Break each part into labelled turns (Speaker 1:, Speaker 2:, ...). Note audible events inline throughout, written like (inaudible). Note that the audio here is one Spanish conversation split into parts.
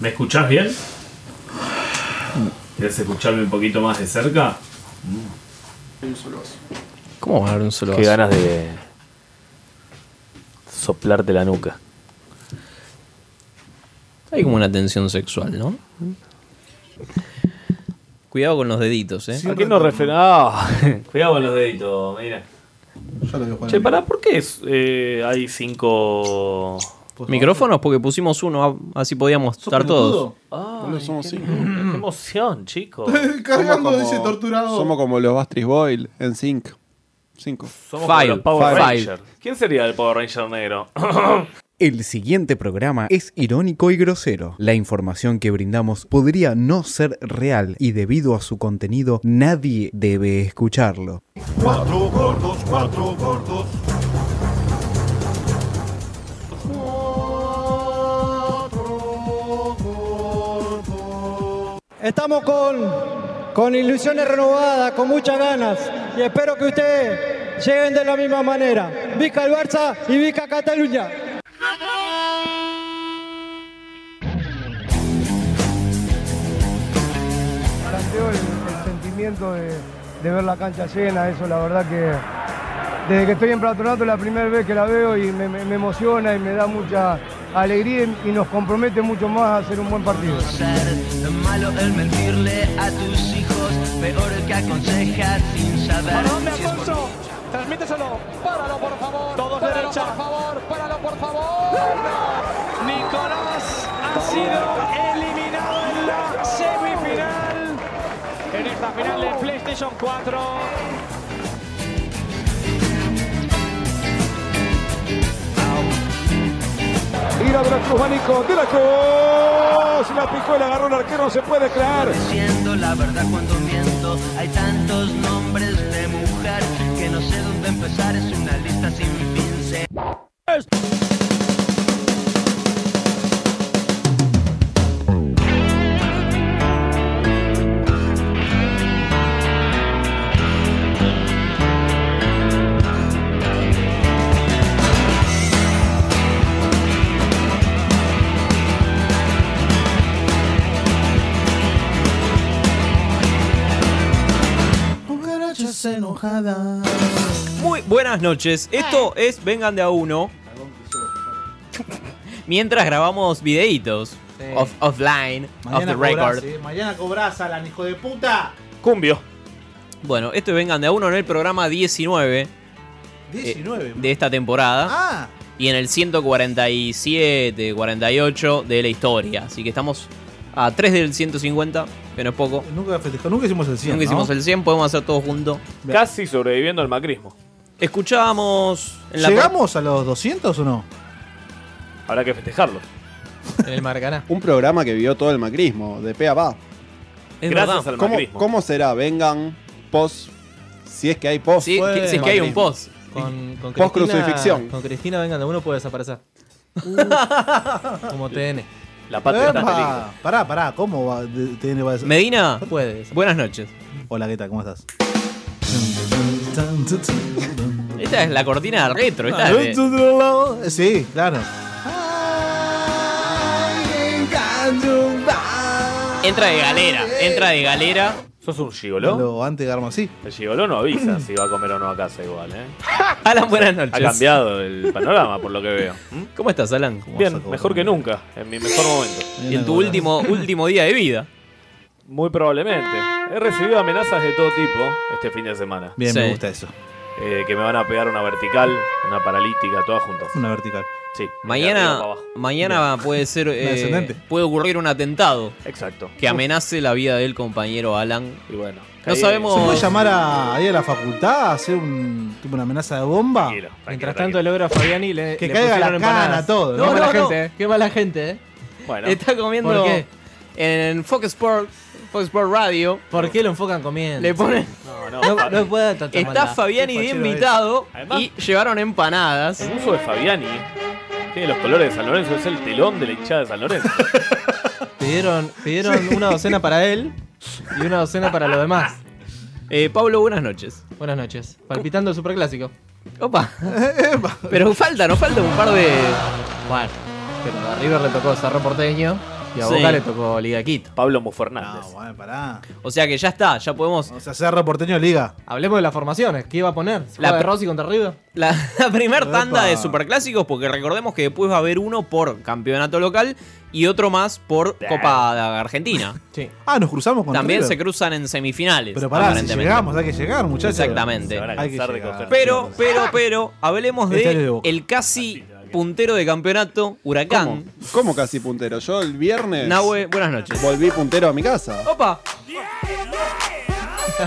Speaker 1: ¿Me escuchás bien? ¿Quieres escucharme un poquito más de cerca?
Speaker 2: ¿Cómo van a abrir un solo
Speaker 3: Qué
Speaker 2: vaso?
Speaker 3: ganas de soplarte la nuca.
Speaker 2: Hay como una tensión sexual, ¿no? Cuidado con los deditos, ¿eh?
Speaker 3: ¿A qué nos referimos? Ah, (laughs)
Speaker 1: Cuidado con los deditos, mira.
Speaker 4: Ya lo veo jugar.
Speaker 3: che, pará, ¿por qué es, eh, hay cinco...?
Speaker 2: ¿Micrófonos? Porque pusimos uno, a- así podíamos estar todos.
Speaker 3: Ay,
Speaker 5: Boludo, somos cinco.
Speaker 6: Mm.
Speaker 3: ¡Qué emoción,
Speaker 6: (laughs)
Speaker 3: chicos!
Speaker 4: (laughs) Cargando de ese torturado.
Speaker 5: Somos como los Bastris Boys en Sync. Cinco.
Speaker 3: Somos
Speaker 2: Five,
Speaker 3: como los Power
Speaker 2: five.
Speaker 3: Rangers. ¿Quién sería el Power Ranger negro?
Speaker 7: El siguiente programa es irónico y grosero. La información que brindamos podría no ser real y debido a su contenido nadie debe escucharlo.
Speaker 6: Estamos con, con ilusiones renovadas, con muchas ganas y espero que ustedes lleguen de la misma manera. Vica el Barça y Vica Cataluña. El, sentimiento de, ver la cancha llena, eso la verdad que desde que estoy en Platonato es la primera vez que la veo y me, emociona y me da mucha alegría y nos compromete mucho más a hacer un buen partido.
Speaker 8: Lo malo es mentirle a tus hijos, peor que aconsejas sin saber. si es por-
Speaker 6: Transmíteselo. Páralo, por favor. (laughs) Todos derecha. Por favor, páralo,
Speaker 3: (laughs)
Speaker 6: por favor. Nicolás ha sido eliminado en la semifinal. En esta final de PlayStation 4. Tira de la cruz, Manico, de la cruz. La picó el agarró el arquero, no se puede creer.
Speaker 8: Diciendo la verdad cuando miento, hay tantos nombres de mujer que no sé dónde empezar, es una lista sin fin. Se-
Speaker 2: Muy buenas noches. Esto es Vengan de a uno. (laughs) Mientras grabamos videitos. Off- offline, off the record.
Speaker 9: eh, Mañana cobrás a la hijo de puta.
Speaker 3: Cumbio.
Speaker 2: Bueno, esto es Vengan de a uno en el programa 19 eh,
Speaker 9: 19.
Speaker 2: de esta temporada.
Speaker 9: ah,
Speaker 2: Y en el 147, 48 de la historia. Así que estamos a 3 del 150, que no es poco.
Speaker 9: nunca festejó, nunca hicimos el 100.
Speaker 2: Nunca
Speaker 9: ¿no?
Speaker 2: hicimos el 100, podemos hacer todo junto.
Speaker 3: Casi sobreviviendo al macrismo.
Speaker 2: Escuchábamos en la
Speaker 9: ¿Llegamos a los 200 o no?
Speaker 3: Habrá que festejarlo.
Speaker 10: En el Maracaná.
Speaker 5: Un programa que vio todo el macrismo, de pe a pa.
Speaker 2: Es
Speaker 3: Gracias
Speaker 2: verdad.
Speaker 3: al
Speaker 5: ¿Cómo,
Speaker 3: macrismo.
Speaker 5: cómo será? Vengan, post. Si es que hay post.
Speaker 2: Sí,
Speaker 10: fue
Speaker 2: que- sí, es que hay un
Speaker 5: macrismo.
Speaker 2: post.
Speaker 10: Con, con
Speaker 5: Post
Speaker 10: Cristina-
Speaker 5: crucifixión.
Speaker 10: Con Cristina, vengan de uno puede desaparecer. Como TN.
Speaker 3: La patria está
Speaker 9: Epa,
Speaker 3: feliz.
Speaker 9: Pará, pará, ¿cómo va? De- te va a decir-
Speaker 2: Medina,
Speaker 10: Puede desaparecer.
Speaker 2: buenas noches.
Speaker 9: Hola, ¿qué tal? ¿Cómo estás?
Speaker 2: Esta es la cortina del retro.
Speaker 9: Ah,
Speaker 2: Esta es de-
Speaker 9: Sí, claro.
Speaker 2: entra de galera. Entra de galera.
Speaker 3: ¿Sos un gigoló?
Speaker 9: Lo antes de Garmasí.
Speaker 3: El gigoló no avisa si va a comer o no a casa igual, ¿eh?
Speaker 2: Alan, buenas
Speaker 3: Ha
Speaker 2: noches.
Speaker 3: cambiado el panorama, por lo que veo. ¿Mm?
Speaker 2: ¿Cómo estás, Alan?
Speaker 3: Bien, mejor que nunca, en mi mejor momento.
Speaker 2: Y en tu último, último día de vida.
Speaker 3: Muy probablemente. He recibido amenazas de todo tipo este fin de semana.
Speaker 9: Bien,
Speaker 2: Sí.
Speaker 9: me gusta eso.
Speaker 3: Eh, que me van a pegar una vertical, una paralítica, todas juntas.
Speaker 9: Una vertical.
Speaker 3: Sí. de arriba
Speaker 2: Mañana,
Speaker 3: para abajo.
Speaker 2: mañana puede ser. eh,
Speaker 9: descendente.
Speaker 2: puede ocurrir un atentado
Speaker 3: Exacto.
Speaker 2: que amenace la vida del compañero Alan.
Speaker 3: Y bueno.
Speaker 2: No
Speaker 3: caí-
Speaker 2: sabemos-
Speaker 9: ¿Se puede llamar a, ahí a la facultad a hacer un, tipo una amenaza de bomba?
Speaker 3: Tranquilo, tranquilo,
Speaker 10: Mientras tanto,
Speaker 3: tranquilo.
Speaker 10: el logro a Fabiani le,
Speaker 9: Que
Speaker 10: le
Speaker 9: caiga la
Speaker 10: pusieron empanadas.
Speaker 9: cana, todo,
Speaker 10: Qué
Speaker 9: ¿no?
Speaker 10: mala
Speaker 2: No, no.
Speaker 10: gente, eh. Qué mala gente, eh.
Speaker 3: Bueno,
Speaker 2: Está comiendo
Speaker 10: ¿Por qué?
Speaker 2: en Fox Sport, Fox Sport Radio.
Speaker 10: ¿Por qué lo enfocan comiendo?
Speaker 2: Le ponen.
Speaker 3: no, no.
Speaker 10: No,
Speaker 3: Fa-
Speaker 10: no puede tanta
Speaker 2: Está
Speaker 10: maldad.
Speaker 2: Fabiani de
Speaker 9: fachero
Speaker 2: invitado
Speaker 3: es. Además-
Speaker 2: y llevaron empanadas.
Speaker 3: El uso de Fabiani tiene los colores de San Lorenzo, es el telón de la hinchada de San Lorenzo.
Speaker 10: Pidieron, pidieron una docena para él
Speaker 4: (laughs)
Speaker 10: y una docena para los demás.
Speaker 2: Eh, Pablo, buenas noches.
Speaker 10: Buenas noches. Palpitando el superclásico.
Speaker 9: (laughs)
Speaker 2: Opa. Pero falta, nos falta un par de.
Speaker 10: Bueno, pero a River le tocó Cerro Porteño.
Speaker 6: Y a
Speaker 2: Sí.
Speaker 6: Boca le tocó Liga de Quito.
Speaker 3: Pablo Mu
Speaker 9: No,
Speaker 3: Fernández.
Speaker 9: bueno, pará.
Speaker 2: O sea que ya está, ya podemos.
Speaker 9: O sea, Cerro Porteño Liga.
Speaker 6: Hablemos de las formaciones. ¿Qué iba a poner? ¿Se
Speaker 2: La
Speaker 6: juega de
Speaker 2: pr-
Speaker 6: Rossi contra River?
Speaker 2: La, la primer tanda
Speaker 9: Epa.
Speaker 2: de superclásicos, porque recordemos que después va a haber uno por campeonato local y otro más por Copa de Argentina.
Speaker 6: Sí.
Speaker 9: Ah, nos cruzamos con
Speaker 2: También se
Speaker 9: River.
Speaker 2: cruzan en semifinales.
Speaker 9: Pero pará, si
Speaker 2: aparentemente.
Speaker 9: llegamos, hay que llegar, muchachos.
Speaker 2: Exactamente.
Speaker 3: Se van a
Speaker 9: Hay que
Speaker 3: cansar de
Speaker 9: llegar.
Speaker 3: coger.
Speaker 2: Pero, pero, pero, hablemos
Speaker 9: Este Ah. es de
Speaker 2: de
Speaker 9: Boca.
Speaker 2: el casi puntero de campeonato,
Speaker 11: ¿Cómo?
Speaker 2: Huracán.
Speaker 11: ¿Cómo casi puntero? Yo el viernes
Speaker 2: Nahue, Oh. buenas noches.
Speaker 11: volví puntero a mi casa.
Speaker 2: Opa,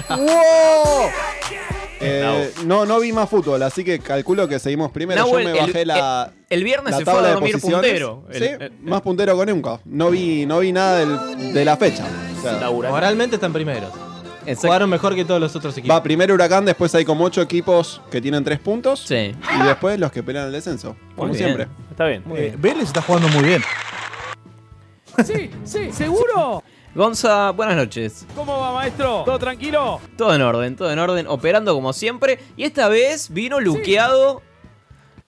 Speaker 11: ¡Wow! Eh, no, no vi más fútbol, así que calculo que seguimos primero.
Speaker 2: Nahuel,
Speaker 11: Yo me bajé
Speaker 2: el,
Speaker 11: la,
Speaker 2: el- el viernes
Speaker 11: la
Speaker 2: se fue
Speaker 11: tabla
Speaker 2: a
Speaker 11: de
Speaker 2: dormir
Speaker 11: posiciones.
Speaker 2: puntero. El-
Speaker 11: Sí,
Speaker 2: el-
Speaker 11: más puntero que nunca. No vi, no vi nada del- de la fecha. O sea,
Speaker 6: Moralmente están primeros.
Speaker 2: Exacto.
Speaker 6: Jugaron mejor que todos los otros
Speaker 11: va
Speaker 6: equipos.
Speaker 11: primero Huracán, después hay como ocho equipos que tienen tres puntos.
Speaker 2: Sí.
Speaker 11: Y después los que pelean el descenso, como
Speaker 2: bien.
Speaker 11: siempre.
Speaker 3: Está bien.
Speaker 9: Eh, Vélez está jugando muy bien.
Speaker 2: Gonza, buenas noches.
Speaker 3: ¿Cómo va, maestro? ¿Todo tranquilo?
Speaker 2: Todo en orden, todo en orden, operando como siempre. Y esta vez vino luqueado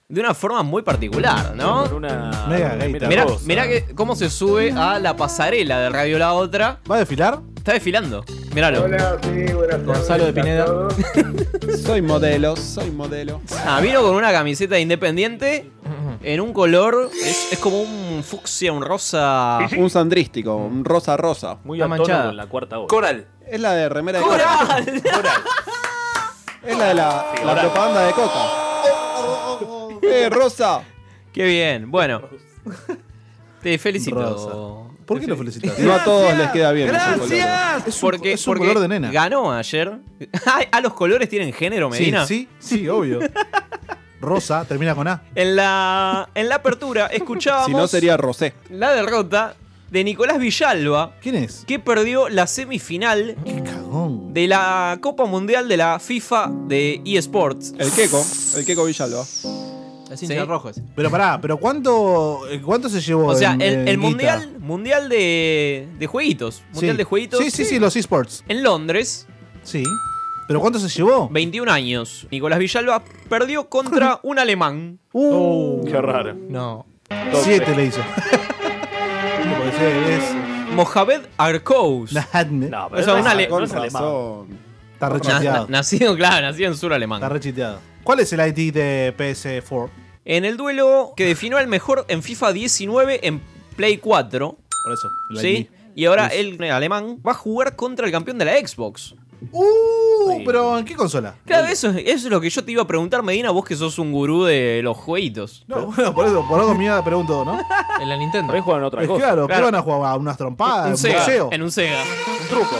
Speaker 2: de una forma muy particular,
Speaker 3: Con
Speaker 2: ¿no?
Speaker 3: una.
Speaker 9: Mega
Speaker 3: una
Speaker 9: gaita.
Speaker 2: Mirá,
Speaker 3: rosa.
Speaker 2: mirá que, cómo se sube a la pasarela de Radio La Otra.
Speaker 9: ¿Va a desfilar?
Speaker 2: Está desfilando. Míralo.
Speaker 6: Gonzalo de Pineda.
Speaker 11: Soy modelo, soy modelo.
Speaker 2: Ah, vino con una camiseta de independiente en un color. Es, es como un fucsia, un rosa.
Speaker 11: Ah, Un sandrístico, un rosa rosa.
Speaker 3: Muy
Speaker 6: Está
Speaker 3: autónomo
Speaker 6: manchada.
Speaker 3: en la cuarta hora.
Speaker 11: Es la de remera de Coca.
Speaker 2: ¡Coral!
Speaker 11: Es la de la, la propaganda de Coca. ¡Eh, rosa!
Speaker 2: ¡Qué bien! Bueno. Te felicito.
Speaker 9: ¿Por qué lo
Speaker 2: (laughs)
Speaker 9: felicitas?
Speaker 11: No a todos les queda bien. esos colores.
Speaker 9: Es un,
Speaker 2: Porque,
Speaker 9: es un
Speaker 2: porque
Speaker 9: color de nena.
Speaker 2: ganó ayer. (laughs) Ay, ¿A los colores tienen género,
Speaker 9: Sí,
Speaker 2: Medina?
Speaker 9: sí, sí,
Speaker 2: (laughs)
Speaker 9: obvio. Rosa termina con A.
Speaker 2: En la, en la
Speaker 9: (laughs)
Speaker 2: apertura escuchábamos
Speaker 11: Si no sería Rosé.
Speaker 2: la derrota de Nicolás Villalba,
Speaker 9: ¿Quién es?
Speaker 2: que perdió la semifinal
Speaker 9: Qué cagón.
Speaker 2: de la Copa Mundial de la FIFA de eSports.
Speaker 11: El Queco, el Queco Villalba.
Speaker 6: Es hincha
Speaker 2: Sí.
Speaker 6: rojo ese.
Speaker 9: Pero pará, pero ¿cuánto, eh, cuánto se llevó?
Speaker 2: O sea,
Speaker 9: en-
Speaker 2: el,
Speaker 9: en
Speaker 2: el
Speaker 9: guita?
Speaker 2: mundial, mundial de, de jueguitos. Mundial
Speaker 9: Sí.
Speaker 2: de jueguitos.
Speaker 9: Sí, sí, sí, los esports.
Speaker 2: En Londres,
Speaker 9: Sí. ¿Pero cuánto se llevó?
Speaker 2: 21 años. Nicolás Villalba perdió
Speaker 9: (laughs)
Speaker 2: contra un alemán. Oh.
Speaker 9: Uh,
Speaker 3: Qué raro.
Speaker 6: No.
Speaker 9: siete
Speaker 2: (laughs)
Speaker 9: le hizo. Porque ese es
Speaker 2: Mohamed Arkous.
Speaker 9: Nadne.
Speaker 3: No,
Speaker 2: O sea,
Speaker 3: no es-
Speaker 2: una le-
Speaker 3: no
Speaker 11: Con
Speaker 3: es alemán.
Speaker 11: razón.
Speaker 9: Está
Speaker 2: Na-
Speaker 9: rechateado.
Speaker 2: na- nacido, claro, nacido en sur alemán.
Speaker 9: Está rechateado. ¿Cuál es el ID de PS4?
Speaker 2: En el duelo que definió al mejor en FIFA 19 en Play 4,
Speaker 9: Por eso. el ID.
Speaker 2: ¿sí? Y ahora
Speaker 9: Pues.
Speaker 2: el alemán va a jugar contra el campeón de la Xbox.
Speaker 9: Uh, pero ¿en qué consola?
Speaker 2: Claro, eso, es- eso es lo que yo te iba a preguntar, Medina, vos que sos un gurú de los jueguitos.
Speaker 9: No, bueno, por eso, por algo mierda pregunto, ¿no?
Speaker 6: En la
Speaker 3: Por ahí
Speaker 6: Nintendo.
Speaker 3: juegan otra
Speaker 9: Es
Speaker 3: cosa.
Speaker 9: claro, ¿qué
Speaker 2: Claro.
Speaker 9: van a jugar? ¿A ¿Unas trompadas? ¿Un,
Speaker 2: Sega,
Speaker 9: boxeo?
Speaker 2: En un Sega.
Speaker 3: Un truco.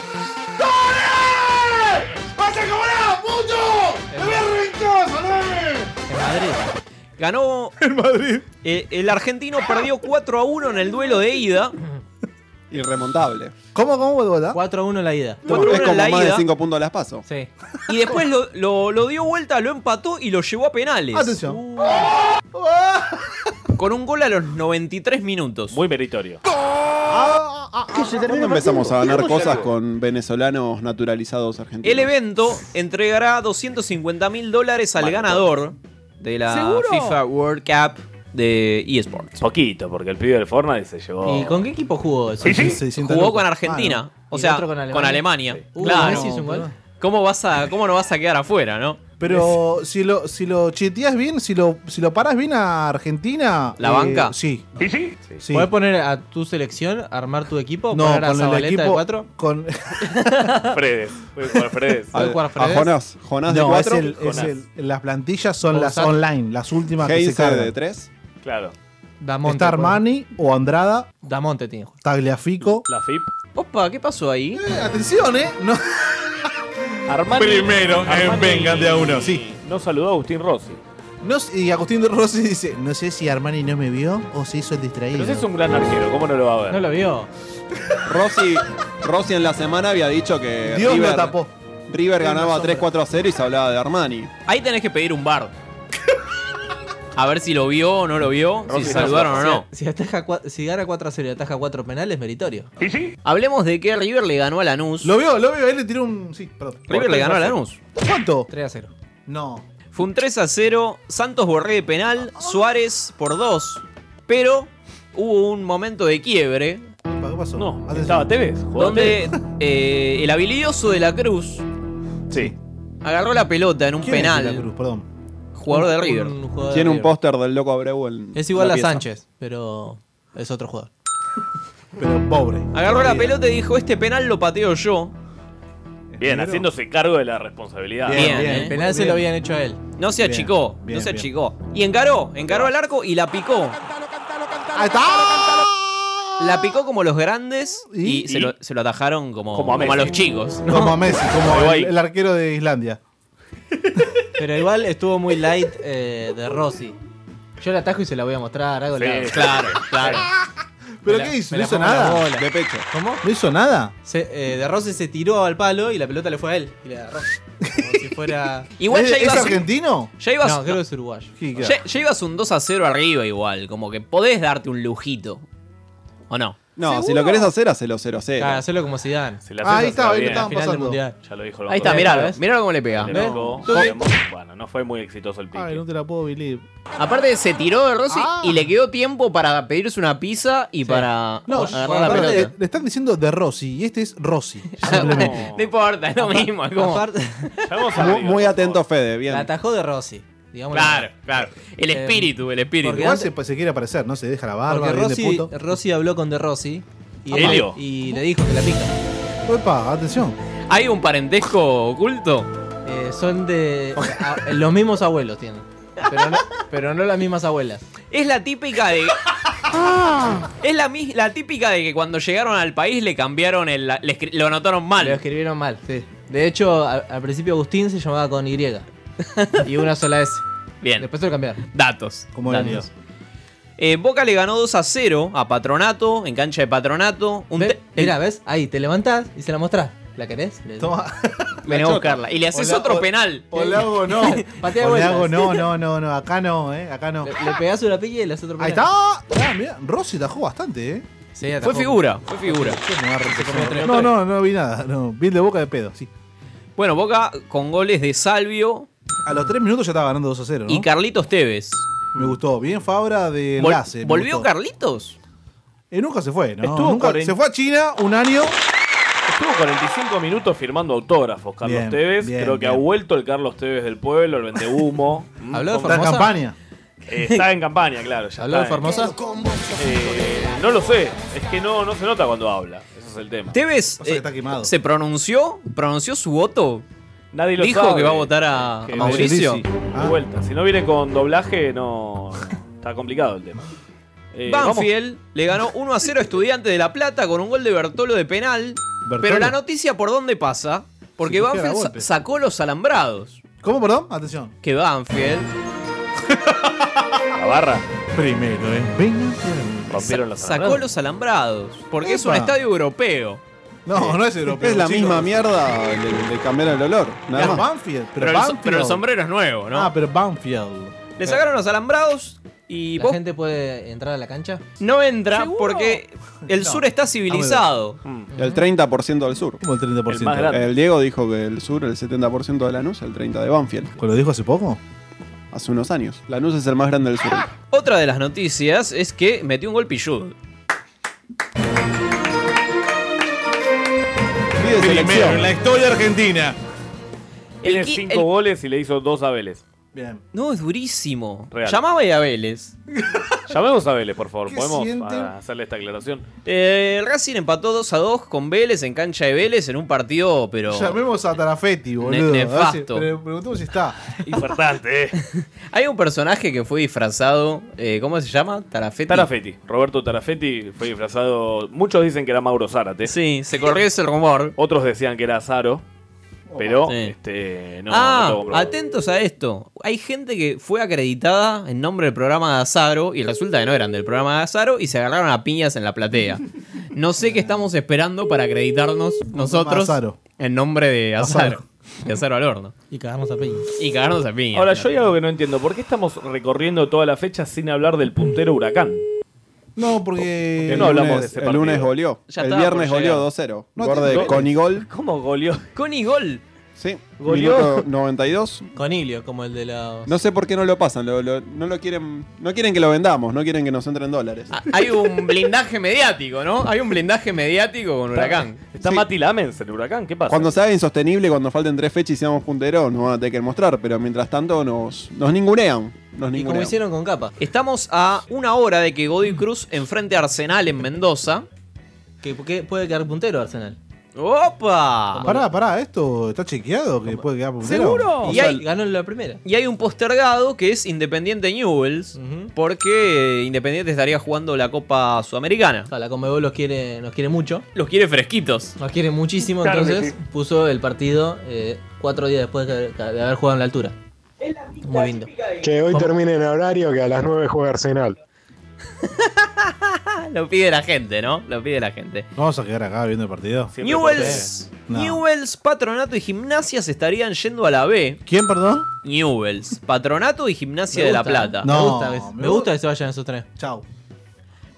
Speaker 6: En Madrid.
Speaker 11: (laughs)
Speaker 2: Ganó. El Madrid. el argentino perdió 4 a 1 en el duelo de ida.
Speaker 11: Irremontable.
Speaker 9: ¿Cómo, cómo, boludo?
Speaker 6: 4-1 en la ida.
Speaker 2: Bueno,
Speaker 11: es
Speaker 2: en
Speaker 11: como
Speaker 2: la
Speaker 11: más de
Speaker 2: ida.
Speaker 11: 5 puntos a las paso.
Speaker 6: Sí.
Speaker 2: Y después lo, lo- lo dio vuelta, lo empató y lo llevó a penales. Uh.
Speaker 9: Atención.
Speaker 2: Con un gol a los 93 minutos.
Speaker 3: Muy meritorio.
Speaker 11: ¿Cuándo empezamos a ganar cosas con venezolanos naturalizados argentinos?
Speaker 2: El evento entregará 250 mil dólares al ganador de la FIFA World Cup de eSports.
Speaker 3: Poquito, porque el pibe del Fortnite se llevó.
Speaker 6: ¿Y con qué equipo jugó eso?
Speaker 2: Jugó con Argentina, o
Speaker 6: ¿Y el
Speaker 2: sea,
Speaker 6: otro
Speaker 2: con
Speaker 6: con Alemania?
Speaker 2: Alemania.
Speaker 6: Uh,
Speaker 2: claro.
Speaker 6: Messi hizo un gol.
Speaker 2: ¿Cómo, vas a, ¿Cómo no vas a quedar afuera, no?
Speaker 9: Pero si lo, si lo cheteás bien, si lo, si lo parás bien a Argentina. eh,
Speaker 2: ¿La banca?
Speaker 9: Sí. sí? Sí.
Speaker 6: ¿Podés poner a tu selección, armar tu equipo,
Speaker 9: no,
Speaker 6: poner a
Speaker 9: con el
Speaker 6: Zabaleta de
Speaker 9: equipo.
Speaker 6: 4?
Speaker 9: Con,
Speaker 3: Fredes. Fue con Fredes.
Speaker 11: Al-
Speaker 6: ¿Puede jugar
Speaker 11: a
Speaker 6: Fredes?
Speaker 11: Jonás. Jonás de
Speaker 9: no, es
Speaker 11: 4.
Speaker 9: el, es
Speaker 3: Jonás.
Speaker 9: el- las plantillas son
Speaker 6: O
Speaker 9: las
Speaker 6: Sar-
Speaker 9: online, las últimas que se
Speaker 11: Heinze de
Speaker 9: cargan.
Speaker 11: 3.
Speaker 3: Claro.
Speaker 6: Damonte.
Speaker 9: Está Armani o Andrada,
Speaker 6: puede- Damonte tiene. que jugar.
Speaker 9: Tagliafico.
Speaker 3: La FIP.
Speaker 2: Opa, ¿qué pasó ahí?
Speaker 9: atención, ¿eh? No.
Speaker 3: Armani. Primero en Vengan de a uno. Sí. No saludó a Agustín Rossi.
Speaker 9: No sé- y Agustín de Rossi dice, no sé si Armani no me vio o se hizo el distraído.
Speaker 3: Pero si es un gran arquero, ¿cómo no lo va a ver?
Speaker 6: No lo vio.
Speaker 11: Rossi, Rossi en la semana había dicho que
Speaker 9: Dios
Speaker 11: River,
Speaker 9: lo tapó.
Speaker 11: River
Speaker 9: Tiene
Speaker 11: ganaba
Speaker 9: una
Speaker 11: 3-4 a 0 y se hablaba de Armani.
Speaker 2: Ahí tenés que pedir un
Speaker 9: (laughs)
Speaker 2: bar. A ver si lo vio o no lo vio, si
Speaker 3: Rossi,
Speaker 2: saludaron o no.
Speaker 6: Si, ataja cua- si gana 4 a 0 y ataja 4 penales, meritorio.
Speaker 2: Hablemos de que River le ganó a Lanús.
Speaker 9: Lo veo, lo veo, él le tiró un... Sí, perdón.
Speaker 2: River le ganó a Lanús.
Speaker 9: ¿Cuánto?
Speaker 6: 3 a 0.
Speaker 9: No.
Speaker 2: Fue un 3 a 0. Santos borré de penal. Suárez por 2. Pero hubo un momento de quiebre.
Speaker 9: pasó?
Speaker 3: No, estaba Tevez. jugaba Tevez.
Speaker 2: Donde eh, el habilidoso de la Cruz
Speaker 3: Sí.
Speaker 2: agarró la pelota en un
Speaker 9: ¿Quién es de la
Speaker 2: penal.
Speaker 9: Cruz? Perdón.
Speaker 2: Jugador de River.
Speaker 10: jugador de
Speaker 5: Tiene un
Speaker 10: River.
Speaker 5: póster del loco Abreu en.
Speaker 10: Es igual
Speaker 5: en la
Speaker 10: a
Speaker 5: pieza.
Speaker 10: Sánchez, pero es otro jugador.
Speaker 9: Pero pobre.
Speaker 2: Agarró la pelota y dijo, este penal lo pateo yo.
Speaker 3: Bien, haciéndose cargo de la responsabilidad.
Speaker 2: Bien,
Speaker 10: El
Speaker 2: ¿eh?
Speaker 10: penal se lo habían hecho a él.
Speaker 2: No se
Speaker 9: Bien,
Speaker 2: achicó,
Speaker 9: bien,
Speaker 2: no se
Speaker 9: bien.
Speaker 2: achicó. Y encaró, encaró al arco y la picó.
Speaker 9: ¡Ahí está!
Speaker 2: La picó como los grandes y,
Speaker 9: ¿Y?
Speaker 2: se, lo, se lo atajaron como,
Speaker 3: Como a
Speaker 2: como a
Speaker 3: Messi.
Speaker 2: los chicos.
Speaker 9: Como a Messi, como
Speaker 3: Uruguay.
Speaker 9: el, el arquero de Islandia.
Speaker 10: Pero igual estuvo muy light eh, de Rossi. Yo la atajo y se la voy a mostrar, hago
Speaker 3: Sí.
Speaker 10: la-
Speaker 2: Claro, claro.
Speaker 9: ¿Pero
Speaker 10: Me la-
Speaker 9: qué hizo?
Speaker 10: me
Speaker 9: ¿No
Speaker 10: la
Speaker 9: hizo
Speaker 10: pongo en la
Speaker 9: nada?
Speaker 10: bola.
Speaker 5: De pecho.
Speaker 10: ¿Cómo?
Speaker 9: ¿No hizo nada?
Speaker 10: Se- eh, de Rossi se tiró al palo y la pelota le fue a él. Y le agarró. Como si
Speaker 2: (laughs)
Speaker 10: fuera.
Speaker 2: Igual
Speaker 9: ¿Es,
Speaker 2: ya
Speaker 9: es
Speaker 2: ibas,
Speaker 9: argentino?
Speaker 2: ya, ibas,
Speaker 10: No, creo que es uruguayo.
Speaker 9: Sí, claro.
Speaker 2: ya- ya ibas un 2 a 0 arriba igual. Como que podés darte un lujito. ¿O no?
Speaker 5: No, si lo querés hacer, hacelo 0 0.
Speaker 10: Claro, hacerlo como si dan.
Speaker 3: Se la
Speaker 9: Ah, ahí
Speaker 3: Celta
Speaker 9: está,
Speaker 3: se la
Speaker 9: ahí lo estaban
Speaker 10: Final del
Speaker 9: pasando.
Speaker 10: mundial.
Speaker 3: Ya lo dijo el
Speaker 2: Ahí está,
Speaker 3: otro
Speaker 2: miralo,
Speaker 10: ¿ves?
Speaker 2: miralo cómo le pega.
Speaker 3: día.
Speaker 10: ¿Ves?
Speaker 3: Loco,
Speaker 10: Todo bien.
Speaker 3: Bueno, no fue muy exitoso el pique.
Speaker 9: Ay, no te la puedo believe.
Speaker 2: Aparte se tiró de Rossi
Speaker 9: Ah.
Speaker 2: y le quedó tiempo para pedirse una pizza y para
Speaker 9: No,
Speaker 2: agarrar la
Speaker 9: aparte,
Speaker 2: pelota.
Speaker 9: le están diciendo de Rossi y este es
Speaker 10: (laughs)
Speaker 9: Rossi.
Speaker 3: Simplemente.
Speaker 2: (laughs) no importa, es lo mismo. es como- (laughs)
Speaker 10: Aparte,
Speaker 3: Ya vamos
Speaker 5: Mu-
Speaker 3: arriba,
Speaker 5: Muy,
Speaker 3: por
Speaker 5: atento, Fede,
Speaker 10: la
Speaker 5: bien.
Speaker 10: atajó de Rossi. Digamos
Speaker 2: Claro, claro. El
Speaker 10: Eh,
Speaker 2: espíritu, el espíritu.
Speaker 10: porque
Speaker 9: Igual
Speaker 10: antes-
Speaker 9: se, se quiere aparecer, ¿no? Se deja la barba,
Speaker 10: Porque
Speaker 9: bien
Speaker 10: Rossi,
Speaker 9: de puto.
Speaker 10: Rossi habló con De Rossi y,
Speaker 3: Apa. Helio.
Speaker 10: y le dijo que la pica.
Speaker 9: Opa, atención.
Speaker 2: ¿Hay un parentesco oculto?
Speaker 10: Eh, son de. a- eh, los mismos abuelos tienen. Pero no, pero no las mismas abuelas.
Speaker 2: Es la típica de. es la, mis- la típica de que cuando llegaron al país le cambiaron el. la- le escri- lo anotaron
Speaker 10: Lo
Speaker 2: mal.
Speaker 10: escribieron mal, sí. De hecho, a- al principio Agustín se llamaba con Y. Y una sola S.
Speaker 2: Bien.
Speaker 10: Después se lo cambiaron.
Speaker 2: Datos.
Speaker 9: Como
Speaker 2: datos.
Speaker 9: venía.
Speaker 2: Eh, Boca le ganó 2 a 0 a Patronato, en cancha de Patronato. Un
Speaker 10: Ve-
Speaker 2: te-
Speaker 10: Mirá, ¿ves? Ahí, te levantás y se la mostrás. ¿La querés? Le-
Speaker 9: Toma.
Speaker 2: Ven a buscarla. Y le haces
Speaker 9: O la-
Speaker 2: otro
Speaker 9: o-
Speaker 2: penal.
Speaker 9: (laughs) O le hago no.
Speaker 10: (laughs) Patea
Speaker 9: O le
Speaker 10: vueltas.
Speaker 9: hago no,
Speaker 10: (laughs)
Speaker 9: no, no, no. Acá no, eh. Acá no.
Speaker 10: Le, le pegás una pilla y le haces otro
Speaker 9: Ahí está.
Speaker 10: penal.
Speaker 9: Ah, mirá, Rossi tajó bastante, eh.
Speaker 10: Sí, atajó.
Speaker 2: Fue figura, fue figura.
Speaker 9: No, no, no vi nada. No. Bien de boca de pedo, sí.
Speaker 2: Bueno, Boca con goles de Salvio
Speaker 9: A los tres minutos ya estaba ganando 2 a 0, ¿no?
Speaker 2: y Carlitos Tevez.
Speaker 9: Me gustó. Bien Fabra de
Speaker 2: Vol-
Speaker 9: enlace. me
Speaker 2: ¿Volvió
Speaker 9: gustó.
Speaker 2: Carlitos?
Speaker 9: Eh, nunca se fue, ¿no?
Speaker 3: Estuvo
Speaker 9: Nunca-
Speaker 3: cuarenta-
Speaker 9: Se fue a China un año.
Speaker 3: Estuvo 45 minutos firmando autógrafos, Carlos
Speaker 9: Bien,
Speaker 3: Tevez.
Speaker 9: bien,
Speaker 3: Creo que ha
Speaker 9: bien.
Speaker 3: vuelto el Carlos Tevez del pueblo, el vendehumo. Mm,
Speaker 10: Habló de
Speaker 3: con-
Speaker 9: Está en
Speaker 10: Formosa.
Speaker 9: campaña.
Speaker 3: eh, está en campaña, claro. Ya
Speaker 10: ¿Habló de
Speaker 3: está en-
Speaker 10: Formosa?
Speaker 3: Eh, no lo sé. Es que no, no se nota cuando habla. Ese es el tema.
Speaker 2: Tevez
Speaker 9: Pasa que
Speaker 2: eh,
Speaker 9: está quemado.
Speaker 2: se pronunció, pronunció su voto.
Speaker 3: Nadie lo
Speaker 2: Dijo
Speaker 3: sabe.
Speaker 2: que va a votar a,
Speaker 3: Que
Speaker 2: a Mauricio.
Speaker 9: Sí, sí.
Speaker 3: De vuelta. Si no viene con doblaje, no. Está complicado el tema. Eh,
Speaker 2: Banfield le ganó 1 a 0 a Estudiantes de La Plata con un gol de Bertolo de penal.
Speaker 9: ¿Bertolo?
Speaker 2: Pero la noticia por dónde pasa, porque
Speaker 9: Se cogió
Speaker 2: Banfield
Speaker 9: la
Speaker 2: sa-
Speaker 9: golpe.
Speaker 2: sacó los alambrados.
Speaker 9: ¿Cómo, perdón? Atención.
Speaker 2: Que Banfield
Speaker 3: vamos, La barra.
Speaker 9: Primero, eh. Venga.
Speaker 2: sa-
Speaker 3: Rompieron los
Speaker 2: sacó los alambrados. Porque es un
Speaker 9: Epa.
Speaker 2: estadio europeo.
Speaker 9: No, no es europeo.
Speaker 5: Es la
Speaker 9: chicos.
Speaker 5: misma mierda de, de cambiar el olor. Nada más.
Speaker 9: Pero Banfield. Pero,
Speaker 2: Pero, el, so-
Speaker 9: Banfield.
Speaker 2: pero el sombrero es nuevo, ¿no?
Speaker 9: Ah, pero Banfield.
Speaker 2: le sacaron los alambrados y
Speaker 10: ¿La
Speaker 2: vos
Speaker 10: gente puede entrar a la cancha?
Speaker 2: no entra
Speaker 9: (laughs)
Speaker 2: porque el sur está civilizado.
Speaker 5: El 30% del sur.
Speaker 9: Como el 30%.
Speaker 3: El más grande.
Speaker 5: El Diego dijo que el sur, el 70% de Lanús, el 30% de Banfield.
Speaker 9: ¿Lo dijo hace poco?
Speaker 5: Hace unos años. Lanús es el más grande del sur.
Speaker 2: Otra de las noticias es que metió un gol Pichud.
Speaker 5: Pide selección.
Speaker 9: la historia argentina.
Speaker 3: Tiene
Speaker 2: El qui-
Speaker 3: 5
Speaker 2: el-
Speaker 3: goles y le hizo 2 a Vélez.
Speaker 9: Bien.
Speaker 2: No, es durísimo.
Speaker 3: Real.
Speaker 2: Llamaba y a Vélez.
Speaker 3: Llamemos a Vélez, por favor.
Speaker 9: ¿Qué
Speaker 3: ¿Podemos
Speaker 9: siente?
Speaker 3: ah, hacerle esta aclaración?
Speaker 2: Eh, el Racing empató 2 a 2 con Vélez en cancha de Vélez en un partido, pero.
Speaker 9: Llamemos a Tarafetti, boludo.
Speaker 2: Ne-
Speaker 9: A ver si-
Speaker 2: nefasto.
Speaker 9: pre- preguntemos si está.
Speaker 3: Importante, eh.
Speaker 2: Hay un personaje que fue disfrazado. eh, ¿Cómo se llama?
Speaker 3: (laughs)
Speaker 2: Tarafetti.
Speaker 3: Tarafetti, Roberto Tarafetti fue disfrazado. Muchos dicen que era Mauro Zárate.
Speaker 2: Sí, se corrió ese rumor.
Speaker 3: Otros decían que era Zaro. Pero,
Speaker 2: Sí.
Speaker 3: este, no. no
Speaker 2: ah,
Speaker 3: tengo problema.
Speaker 2: atentos a esto. Hay gente que fue acreditada en nombre del programa de Azaro y resulta que no eran del programa de Azaro y se agarraron a piñas en la platea. No sé qué estamos esperando para acreditarnos nosotros
Speaker 9: Azaro.
Speaker 2: en nombre de Azaro. De Azaro al horno.
Speaker 10: Y cagamos a Peña.
Speaker 2: Y cagarnos a piñas.
Speaker 3: Ahora, yo hay algo que no entiendo. ¿Por qué estamos recorriendo toda la fecha sin hablar del puntero Huracán?
Speaker 9: No, porque.
Speaker 2: (laughs)
Speaker 3: Porque no hablamos
Speaker 5: lunes-
Speaker 3: de ese
Speaker 5: el lunes
Speaker 3: partido.
Speaker 5: goleó.
Speaker 2: Ya
Speaker 5: el
Speaker 2: estaba
Speaker 5: viernes
Speaker 2: por
Speaker 5: goleó
Speaker 2: llegar.
Speaker 5: 2-0.
Speaker 9: No,
Speaker 5: Gol
Speaker 9: tiene
Speaker 5: de
Speaker 9: goles.
Speaker 5: Conigol.
Speaker 3: ¿Cómo goleó?
Speaker 2: Con y gol.
Speaker 11: Sí,
Speaker 10: Goleó.
Speaker 11: minuto 92.
Speaker 10: Conilio, como el de la.
Speaker 11: No sé por qué no lo pasan, lo- lo- no lo quieren, no quieren que lo vendamos, no quieren que nos entren dólares.
Speaker 2: Ah, Hay un blindaje mediático, ¿no? Hay un blindaje mediático con Huracán.
Speaker 11: Está
Speaker 3: Mati Lamens en Huracán, ¿qué pasa?
Speaker 11: Cuando sea insostenible, cuando falten tres fechas y seamos punteros, nos van a tener que mostrar, pero mientras tanto nos, nos ningunean. Nos ningunean.
Speaker 2: hicieron con capa. Estamos a una hora de que Godoy Cruz enfrente a Arsenal en Mendoza.
Speaker 10: Que, que puede quedar puntero Arsenal.
Speaker 2: ¡Opa!
Speaker 9: Pará, pará, esto está chequeado que puede quedar puntero.
Speaker 2: ¿Seguro? Y hay-
Speaker 10: ganó en la primera.
Speaker 2: Y hay un postergado que es Independiente Newells, porque Independiente estaría jugando la Copa Sudamericana.
Speaker 10: la Conmebol los quiere, nos quiere mucho.
Speaker 2: Los quiere fresquitos.
Speaker 10: Nos quiere muchísimo,
Speaker 2: Claro que
Speaker 10: entonces puso el partido eh, cuatro días después de, de haber jugado en la altura. Muy lindo.
Speaker 12: Que hoy termine en horario que a las 9 juega Arsenal.
Speaker 2: Lo pide la gente, ¿no? Lo pide la gente.
Speaker 9: Vamos a quedar acá viendo el partido.
Speaker 2: Newells,
Speaker 9: No.
Speaker 2: Newells, Patronato y Gimnasia se estarían yendo a la B.
Speaker 9: ¿Quién, perdón?
Speaker 2: Newells, Patronato y Gimnasia
Speaker 10: Me
Speaker 2: de la
Speaker 10: gusta, ¿eh?
Speaker 2: Plata.
Speaker 10: me No, gusta que- me me gusta gusta. que se vayan esos tres.
Speaker 9: Chao.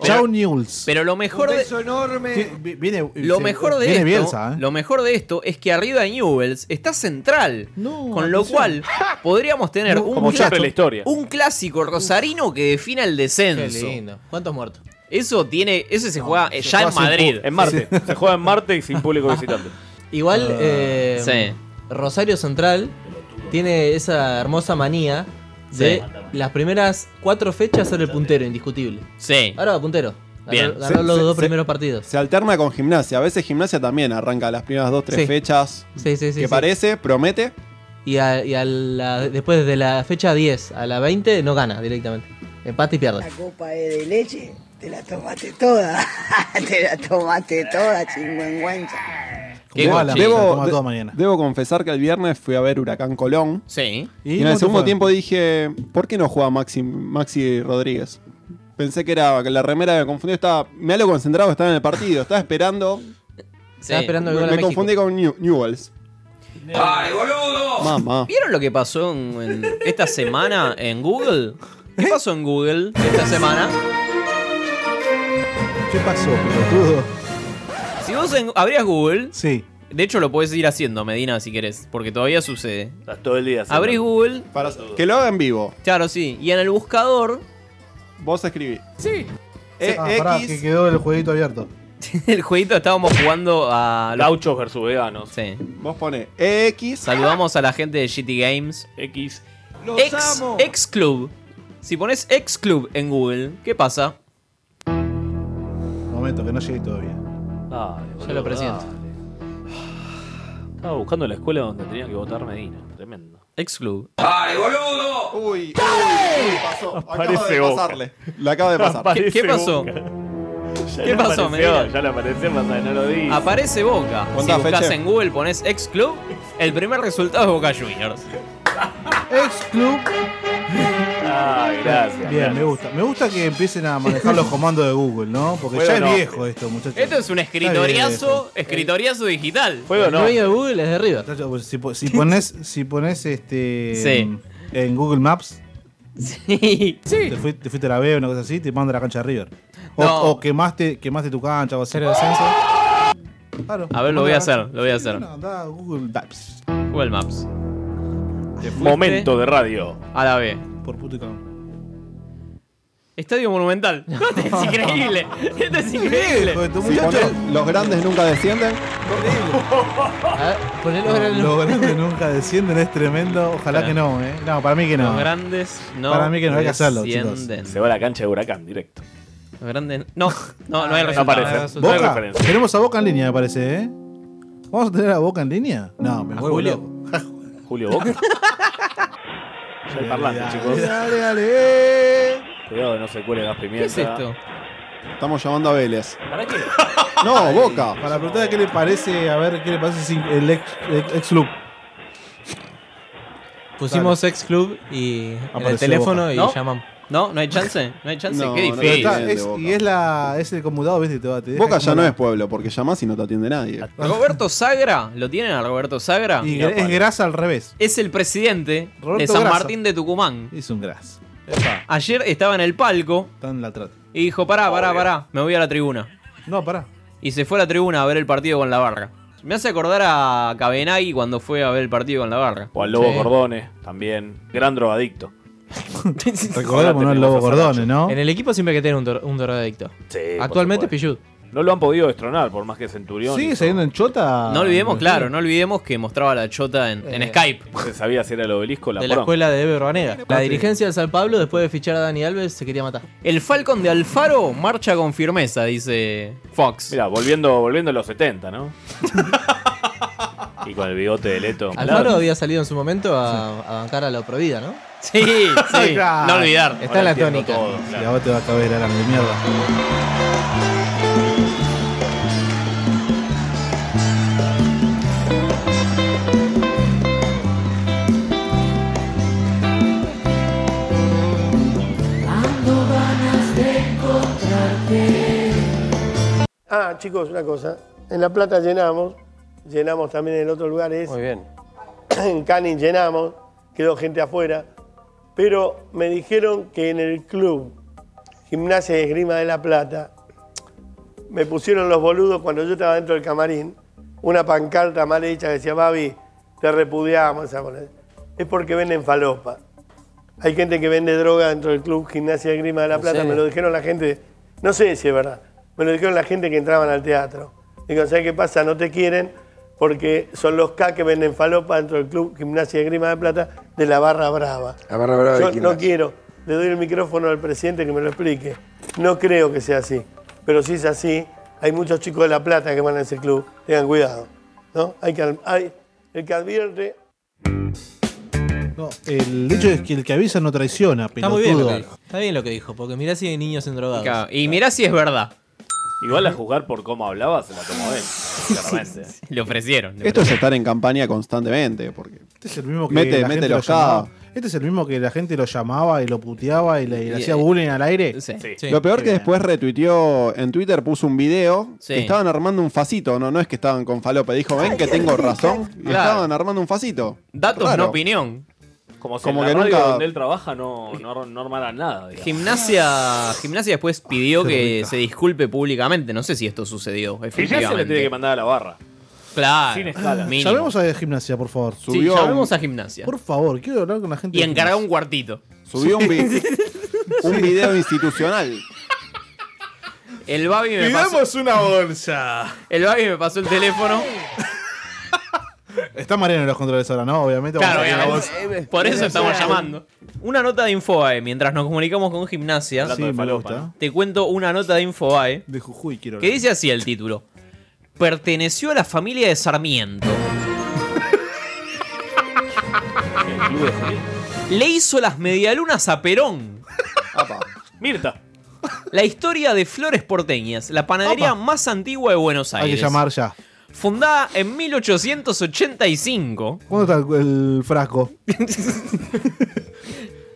Speaker 2: Pero-
Speaker 9: Chao News.
Speaker 2: Pero lo mejor de
Speaker 9: enorme. viene,
Speaker 2: lo
Speaker 9: se-
Speaker 2: mejor de
Speaker 9: viene
Speaker 2: esto,
Speaker 9: Bielsa, ¿eh?
Speaker 2: lo mejor de esto es que arriba de Newells está Central, con lo
Speaker 3: (laughs)
Speaker 2: cual podríamos tener un
Speaker 3: como siempre
Speaker 2: cla-
Speaker 3: la historia.
Speaker 2: un clásico rosarino que defina el
Speaker 10: Qué
Speaker 2: descenso.
Speaker 10: lindo. ¿Cuántos muertos?
Speaker 2: Eso tiene, ese se juega eh, ya en
Speaker 3: Juega sin
Speaker 2: Madrid.
Speaker 3: pu- En Marte. Se juega en Marte y sin público visitante.
Speaker 10: Igual,
Speaker 3: Ah.
Speaker 10: eh, Rosario Central tiene esa hermosa manía de
Speaker 2: Sí.
Speaker 10: las primeras cuatro fechas ser el puntero, indiscutible.
Speaker 2: Sí.
Speaker 10: Ahora va puntero. Ganó- ganó
Speaker 11: Se-
Speaker 10: los
Speaker 11: se-
Speaker 10: dos
Speaker 11: se-
Speaker 10: primeros partidos.
Speaker 11: Se alterna con gimnasia. A veces gimnasia también arranca las primeras dos, tres
Speaker 10: Sí.
Speaker 11: fechas.
Speaker 10: Sí, sí, sí,
Speaker 11: que
Speaker 10: sí.
Speaker 11: parece, promete.
Speaker 10: Y, a- y a la- después de la fecha 10 a la 20 no gana directamente. Empate y pierde.
Speaker 13: copa es de leche, te la tomaste toda. (laughs) te la tomaste toda, chingüengüenza.
Speaker 9: Qué
Speaker 11: Debo-
Speaker 9: guala,
Speaker 11: debo,
Speaker 9: se la toma
Speaker 11: de-
Speaker 9: toda mañana.
Speaker 11: debo confesar que el viernes fui a ver Huracán Colón.
Speaker 2: Sí.
Speaker 11: Y, en
Speaker 9: cómo
Speaker 11: el
Speaker 9: te
Speaker 11: segundo
Speaker 9: fue?
Speaker 11: tiempo dije, ¿por qué no juega Maxi, Maxi Rodríguez? Pensé que era que la remera me confundió. Estaba, me lo concentrado, estaba en el partido. Estaba esperando.
Speaker 2: Estaba esperando el
Speaker 11: me,
Speaker 2: gol a
Speaker 11: me
Speaker 2: México.
Speaker 11: confundí con New- Newells. Mamá.
Speaker 2: ¿Vieron lo que pasó en, en esta semana en Google? ¿Qué pasó en Google esta semana?
Speaker 9: ¿Qué pasó, pelotudo?
Speaker 2: Si vos en- abrías Google,
Speaker 9: sí.
Speaker 2: de hecho lo podés ir haciendo, Medina, si querés, porque todavía sucede.
Speaker 3: Estás todo el día. haciendo.
Speaker 2: Abrís Google,
Speaker 11: Que lo haga en vivo.
Speaker 2: claro, sí, y en el buscador... (laughs)
Speaker 11: Vos E, escribís.
Speaker 2: Sí.
Speaker 9: Ah, pará, que quedó el jueguito abierto.
Speaker 2: el jueguito estábamos jugando a...
Speaker 3: Gauchos versus veganos.
Speaker 2: Sí.
Speaker 11: Vos pone X.
Speaker 2: Saludamos a la gente de GT Games.
Speaker 3: X.
Speaker 2: Ex, Ex Club. Si pones Ex Club en Google, ¿qué pasa?
Speaker 9: Un momento, que no llegué todavía.
Speaker 3: Dale, boludo,
Speaker 10: Ya lo presiento.
Speaker 3: dale. Estaba buscando la escuela donde tenía que votar Medina. Tremendo.
Speaker 2: Ex Club.
Speaker 11: ¡Ay, boludo! Uy, uy, uy, pasó. Acaba
Speaker 3: Parece
Speaker 11: de
Speaker 3: Boca.
Speaker 11: pasarle. Le acaba de pasar.
Speaker 3: Parece
Speaker 2: ¿Qué pasó?
Speaker 3: Boca. Ya
Speaker 2: ¿Qué
Speaker 3: le
Speaker 2: pasó,
Speaker 3: apareció,
Speaker 2: Medina? Ah.
Speaker 3: Ya le apareció, pasa que no lo di.
Speaker 2: Aparece Boca. Si
Speaker 3: ¿Cuánta
Speaker 2: buscas
Speaker 3: fecha?
Speaker 2: en Google, pones Ex Club, el primer resultado es Boca Juniors.
Speaker 9: Ex Club.
Speaker 3: Ah, gracias.
Speaker 9: Bien,
Speaker 3: gracias.
Speaker 9: me gusta. Me gusta que empiecen a manejar los comandos de Google, ¿no? Porque
Speaker 3: Bueno,
Speaker 9: ya
Speaker 3: no.
Speaker 9: es viejo esto, muchachos.
Speaker 2: Esto es un escritoriazo,
Speaker 9: Está
Speaker 2: escritoriazo digital.
Speaker 9: o no? El dueño
Speaker 10: de Google es de arriba.
Speaker 9: pues, Si, po- si pones, si pones este
Speaker 2: Sí.
Speaker 9: en Google Maps.
Speaker 2: Sí.
Speaker 9: Te, fui- te fuiste a la B o una cosa así, te manda a la cancha de River. O,
Speaker 2: No.
Speaker 9: o quemaste, quemaste tu cancha o hacer el descenso. Claro.
Speaker 2: A ver, lo voy a hacer, lo voy a hacer.
Speaker 9: Anda a Google Maps.
Speaker 2: (laughs) Google Maps. Te fuiste
Speaker 3: Momento de radio.
Speaker 2: A la B.
Speaker 9: Por puto y cabrón.
Speaker 2: Estadio
Speaker 3: (laughs)
Speaker 2: Monumental. Esto es increíble. Esto es increíble.
Speaker 9: pues.
Speaker 11: Si ponés, los grandes nunca descienden.
Speaker 10: los grandes.
Speaker 9: Los grandes nunca descienden, es tremendo. Ojalá
Speaker 2: Espera.
Speaker 9: que no, ¿eh? No, para mí que no.
Speaker 2: Los grandes no.
Speaker 9: Para mí que no, hay que hacerlo,
Speaker 2: descienden.
Speaker 3: Se va a la cancha de Huracán directo.
Speaker 2: Los grandes. No, no, no hay
Speaker 3: Ah,
Speaker 2: resultado.
Speaker 3: aparece.
Speaker 2: No hay resultado.
Speaker 3: Boca.
Speaker 9: referencia. Tenemos a Boca en línea, me parece, ¿eh? ¿Vamos a tener a Boca en línea? No, me vuelvo
Speaker 3: Julio.
Speaker 9: loco.
Speaker 3: Julio
Speaker 9: (laughs)
Speaker 3: Boca. ya el parlante, chicos.
Speaker 9: Dale, eh. dale.
Speaker 3: Cuidado, que no se cuele las pimienta.
Speaker 11: Estamos llamando a Vélez.
Speaker 3: ¿Para qué?
Speaker 11: No, Boca.
Speaker 9: Para preguntar qué le parece, a ver qué le parece si el ex, ex, ex club.
Speaker 10: Pusimos Ex Club y en el
Speaker 9: Apareció
Speaker 10: teléfono
Speaker 9: Boca.
Speaker 10: y
Speaker 9: ¿No?
Speaker 10: llamamos.
Speaker 2: No, no hay chance. No hay chance.
Speaker 11: No,
Speaker 2: Qué
Speaker 11: no
Speaker 2: difícil.
Speaker 11: está-
Speaker 9: Es- y es, la, es el conmutado, ¿viste? Te va, te deja
Speaker 11: Boca ya
Speaker 9: como-
Speaker 11: no es pueblo, porque llamás y no te atiende nadie.
Speaker 2: Roberto Sagra, ¿lo tienen a Roberto
Speaker 10: Ah,
Speaker 2: Sagra?
Speaker 9: Y es grasa al revés.
Speaker 2: Es el presidente de
Speaker 9: Roberto
Speaker 2: San
Speaker 9: Grasa.
Speaker 2: Martín de Tucumán.
Speaker 9: Es un grasa.
Speaker 2: Ayer estaba en el palco
Speaker 9: Está en la trata.
Speaker 2: y dijo, pará, pará, pará, me voy a la tribuna.
Speaker 9: No, pará.
Speaker 2: Y se fue a la tribuna a ver el partido con la barra. Me hace acordar a Cabenagui cuando fue a ver el partido con la barra.
Speaker 3: (laughs) O al Lobo Cordones, también. Gran drogadicto.
Speaker 9: Recordemos, ¿no? El Lobo Gordone, ¿no?
Speaker 10: En el equipo siempre hay que tener un, dor- un drogadicto.
Speaker 3: por
Speaker 10: Actualmente Pichut.
Speaker 3: No lo han podido destronar, por más que Centurión.
Speaker 10: ¿Sigue
Speaker 9: saliendo en Chota?
Speaker 2: Ah, No olvidemos, claro, no olvidemos que mostraba la chota en,
Speaker 9: Eh,
Speaker 2: en Skype.
Speaker 3: Se sabía si era el obelisco la
Speaker 10: De la escuela de Eber Banega. La dirigencia de San Pablo, después de fichar a Dani Alves, se quería matar.
Speaker 2: El Falcon de Alfaro marcha con firmeza, dice Fox.
Speaker 3: Mira, volviendo, volviendo a los
Speaker 10: (laughs)
Speaker 3: 70, ¿no? y con el bigote de Leto.
Speaker 10: Alfaro había salido en su momento a, a bancar a la Provida, ¿no?
Speaker 2: Sí,
Speaker 9: (laughs)
Speaker 10: sí,
Speaker 2: no olvidar.
Speaker 10: Está en la tónica.
Speaker 9: Y a vos te va a caber Alan de mierda.
Speaker 14: Dando ganas de encontrarte.
Speaker 15: Ah, chicos, una cosa. En La Plata llenamos, llenamos también en otros lugares.
Speaker 16: Muy bien.
Speaker 15: En Canning llenamos, quedó gente afuera. Pero me dijeron que en el club Gimnasia de Esgrima de La Plata me pusieron los boludos cuando yo estaba dentro del camarín una pancarta mal hecha que decía, Babi, te repudiamos. esa boludez". Es porque venden falopa. Hay gente que vende droga dentro del club Gimnasia de Esgrima de La
Speaker 16: ¿En
Speaker 15: Plata. Me
Speaker 16: serio?
Speaker 15: lo dijeron la gente, no sé si es verdad, me lo dijeron la gente que entraban al teatro. Digo, ¿sabes qué pasa? No te quieren ¿eh? porque son los K que venden falopa dentro del club Gimnasia de Grima de Plata de la Barra Brava.
Speaker 16: La Barra Brava de
Speaker 15: Yo no
Speaker 16: Gimnasia.
Speaker 15: quiero, le doy el micrófono al presidente que me lo explique. No creo que sea así, pero si es así, hay muchos chicos de La Plata que van a ese club, tengan cuidado. ¿no? Hay que, al- hay, el que advierte
Speaker 9: El hecho es que el que avisa no traiciona,
Speaker 10: Está muy bien lo que
Speaker 9: pelotudo.
Speaker 10: dijo. Está bien lo que dijo, porque mirá si hay niños endrogados.
Speaker 2: Y mirá si es verdad.
Speaker 3: Igual a jugar por cómo hablaba, se la tomó
Speaker 10: (laughs)
Speaker 3: él. Claramente.
Speaker 2: Le ofrecieron. le
Speaker 11: Esto es
Speaker 2: ofrecieron.
Speaker 11: estar en campaña constantemente, porque
Speaker 9: Este es el mismo que
Speaker 11: Mete-
Speaker 9: la
Speaker 11: mete
Speaker 9: gente lo
Speaker 11: los K.
Speaker 9: llamaba. Este es el mismo que la gente lo llamaba y lo puteaba y le, y le
Speaker 11: Y,
Speaker 9: hacía
Speaker 11: eh,
Speaker 9: bullying al aire.
Speaker 11: Lo peor que después retuiteó en Twitter, puso un video.
Speaker 9: Sí.
Speaker 11: que estaban armando un facito, no, no es que estaban con falopa. Dijo, ven que tengo razón. y
Speaker 3: Claro.
Speaker 11: Estaban armando un facito.
Speaker 2: Datos,
Speaker 11: Raro.
Speaker 2: no opinión.
Speaker 3: Como si
Speaker 11: Como
Speaker 3: en
Speaker 11: que
Speaker 3: la radio
Speaker 11: nunca-
Speaker 3: donde él trabaja no, no, no armaran nada. digamos.
Speaker 2: Gimnasia, gimnasia después pidió que se disculpe públicamente. No sé si esto sucedió.
Speaker 3: Y ya se le tiene que mandar a la barra.
Speaker 2: Claro.
Speaker 3: Sin escala.
Speaker 2: mínimo.
Speaker 9: Llamemos a gimnasia, por favor.
Speaker 2: Sí, Subió llamemos un- a gimnasia.
Speaker 9: Por favor, quiero hablar con la gente.
Speaker 2: Y
Speaker 9: de
Speaker 2: encargó
Speaker 9: gimnasia.
Speaker 2: un cuartito.
Speaker 11: Subió un, vi-
Speaker 2: (laughs)
Speaker 11: un video institucional.
Speaker 2: El Babi me pasó.
Speaker 9: Pidamos una bolsa.
Speaker 2: El Babi me pasó el teléfono.
Speaker 9: Está Mariano en los controles ahora, ¿no? Obviamente.
Speaker 2: Claro,
Speaker 9: vamos a hacer la
Speaker 2: obviamente. Por eso estamos llamando. Una nota de Infobae eh, mientras nos comunicamos con gimnasia.
Speaker 9: Hablando Sí, de me falopa, gusta. ¿no?
Speaker 2: Te cuento una nota de Infobae.
Speaker 9: De Jujuy, quiero
Speaker 2: Que dice así el título. Perteneció a la familia de Sarmiento. Le hizo las medialunas a Perón.
Speaker 3: Mirta.
Speaker 2: La historia de Flores Porteñas, la panadería más antigua de Buenos
Speaker 9: voz. Hay
Speaker 2: Aires.
Speaker 9: que llamar ya.
Speaker 2: Fundada en 1885.
Speaker 9: ¿Cuándo está el el frasco? (laughs)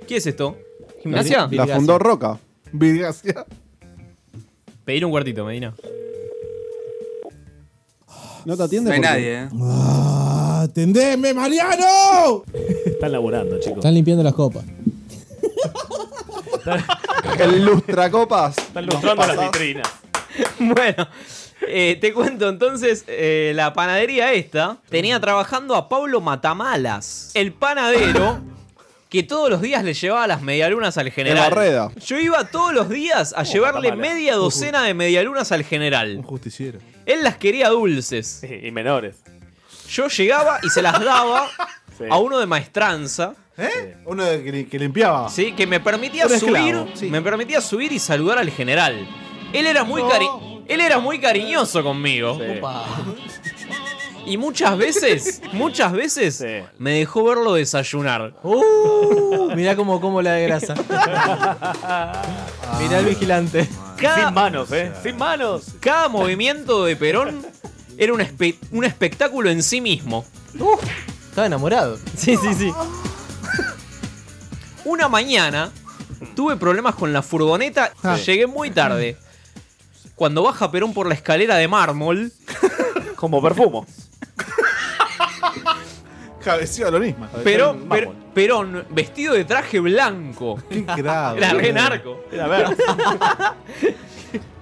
Speaker 2: ¿Qué es esto? ¿Gimnasia?
Speaker 11: La fundó Roca.
Speaker 9: Virgacia.
Speaker 2: Pedir un cuartito, Medina. (laughs)
Speaker 11: No te atiende.
Speaker 2: No hay
Speaker 11: porque-
Speaker 2: nadie, ¿eh?
Speaker 9: ¡Atendeme, Mariano!
Speaker 3: Están laburando, chicos.
Speaker 17: Están limpiando las copas.
Speaker 11: El lustracopas.
Speaker 3: Están lustrando
Speaker 11: Nos
Speaker 3: las
Speaker 11: pasás.
Speaker 3: vitrinas.
Speaker 2: Bueno, eh, te cuento entonces, eh, la panadería esta tenía trabajando a Pablo Matamalas, el panadero que todos los días le llevaba las medialunas al general.
Speaker 11: Barreda.
Speaker 2: Yo iba todos los días
Speaker 9: Oh,
Speaker 2: a llevarle media docena de medialunas al general. Un
Speaker 9: Uh. justiciero.
Speaker 2: Él las quería dulces.
Speaker 3: Y menores.
Speaker 2: Yo llegaba y se las daba a uno de maestranza.
Speaker 9: ¿Eh? Uno que, que limpiaba.
Speaker 2: Sí, que me permitía
Speaker 9: Un
Speaker 2: subir.
Speaker 9: esclavo, sí.
Speaker 2: Me permitía subir y saludar al general. Él era muy cari Él era muy cariñoso conmigo. Y muchas (laughs) veces, muchas veces me dejó verlo desayunar.
Speaker 10: Uh, (laughs) mirá cómo, cómo la de
Speaker 2: (laughs)
Speaker 10: grasa. mirá el vigilante.
Speaker 2: Cada,
Speaker 3: manos, eh. Sin manos.
Speaker 2: Cada movimiento de Perón era un, espe- un espectáculo en sí mismo.
Speaker 10: Uh. Estaba enamorado.
Speaker 2: Sí, sí, sí. Una mañana tuve problemas con la furgoneta.
Speaker 10: Ah.
Speaker 2: Llegué muy tarde. Cuando baja Perón por la escalera de mármol.
Speaker 3: Como perfumo.
Speaker 9: Cabeceo a lo mismo.
Speaker 2: Perón, Per- Perón, vestido de traje blanco.
Speaker 9: Qué grave.
Speaker 2: Era re narco.
Speaker 3: Era verde.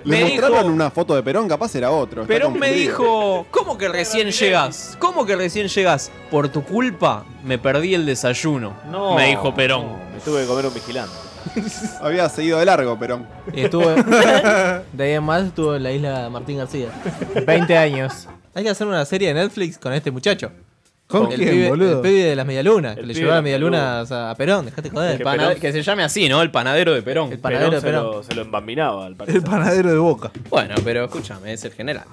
Speaker 11: Le
Speaker 2: Me
Speaker 11: mostraron
Speaker 2: dijo-
Speaker 11: una foto de Perón, capaz era otro. está
Speaker 2: Perón me
Speaker 11: confundido.
Speaker 2: dijo, ¿cómo que recién llegas? ¿Cómo que recién llegas? Por tu culpa me perdí el desayuno.
Speaker 3: No,
Speaker 2: me dijo Perón.
Speaker 3: Me tuve que comer un vigilante.
Speaker 11: Había seguido de largo, Perón.
Speaker 10: Y estuve. De ahí en más estuvo en la isla Martín García. 20 años. Hay que hacer una serie de Netflix con este muchacho.
Speaker 2: ¿Con
Speaker 10: el
Speaker 2: quién,
Speaker 10: pibe,
Speaker 2: boludo?
Speaker 10: El pibe de las medialunas. Que le
Speaker 2: pibe
Speaker 10: llevaba
Speaker 2: de
Speaker 10: las
Speaker 2: las
Speaker 10: medialunas a, a Perón. Dejate joder.
Speaker 2: El pana- que se llame así, ¿no? El panadero de Perón. El
Speaker 10: panadero Perón de se Perón.
Speaker 3: lo- se lo embambinaba, al
Speaker 2: parecer.
Speaker 9: panadero de boca.
Speaker 2: Bueno, pero escúchame, es el general.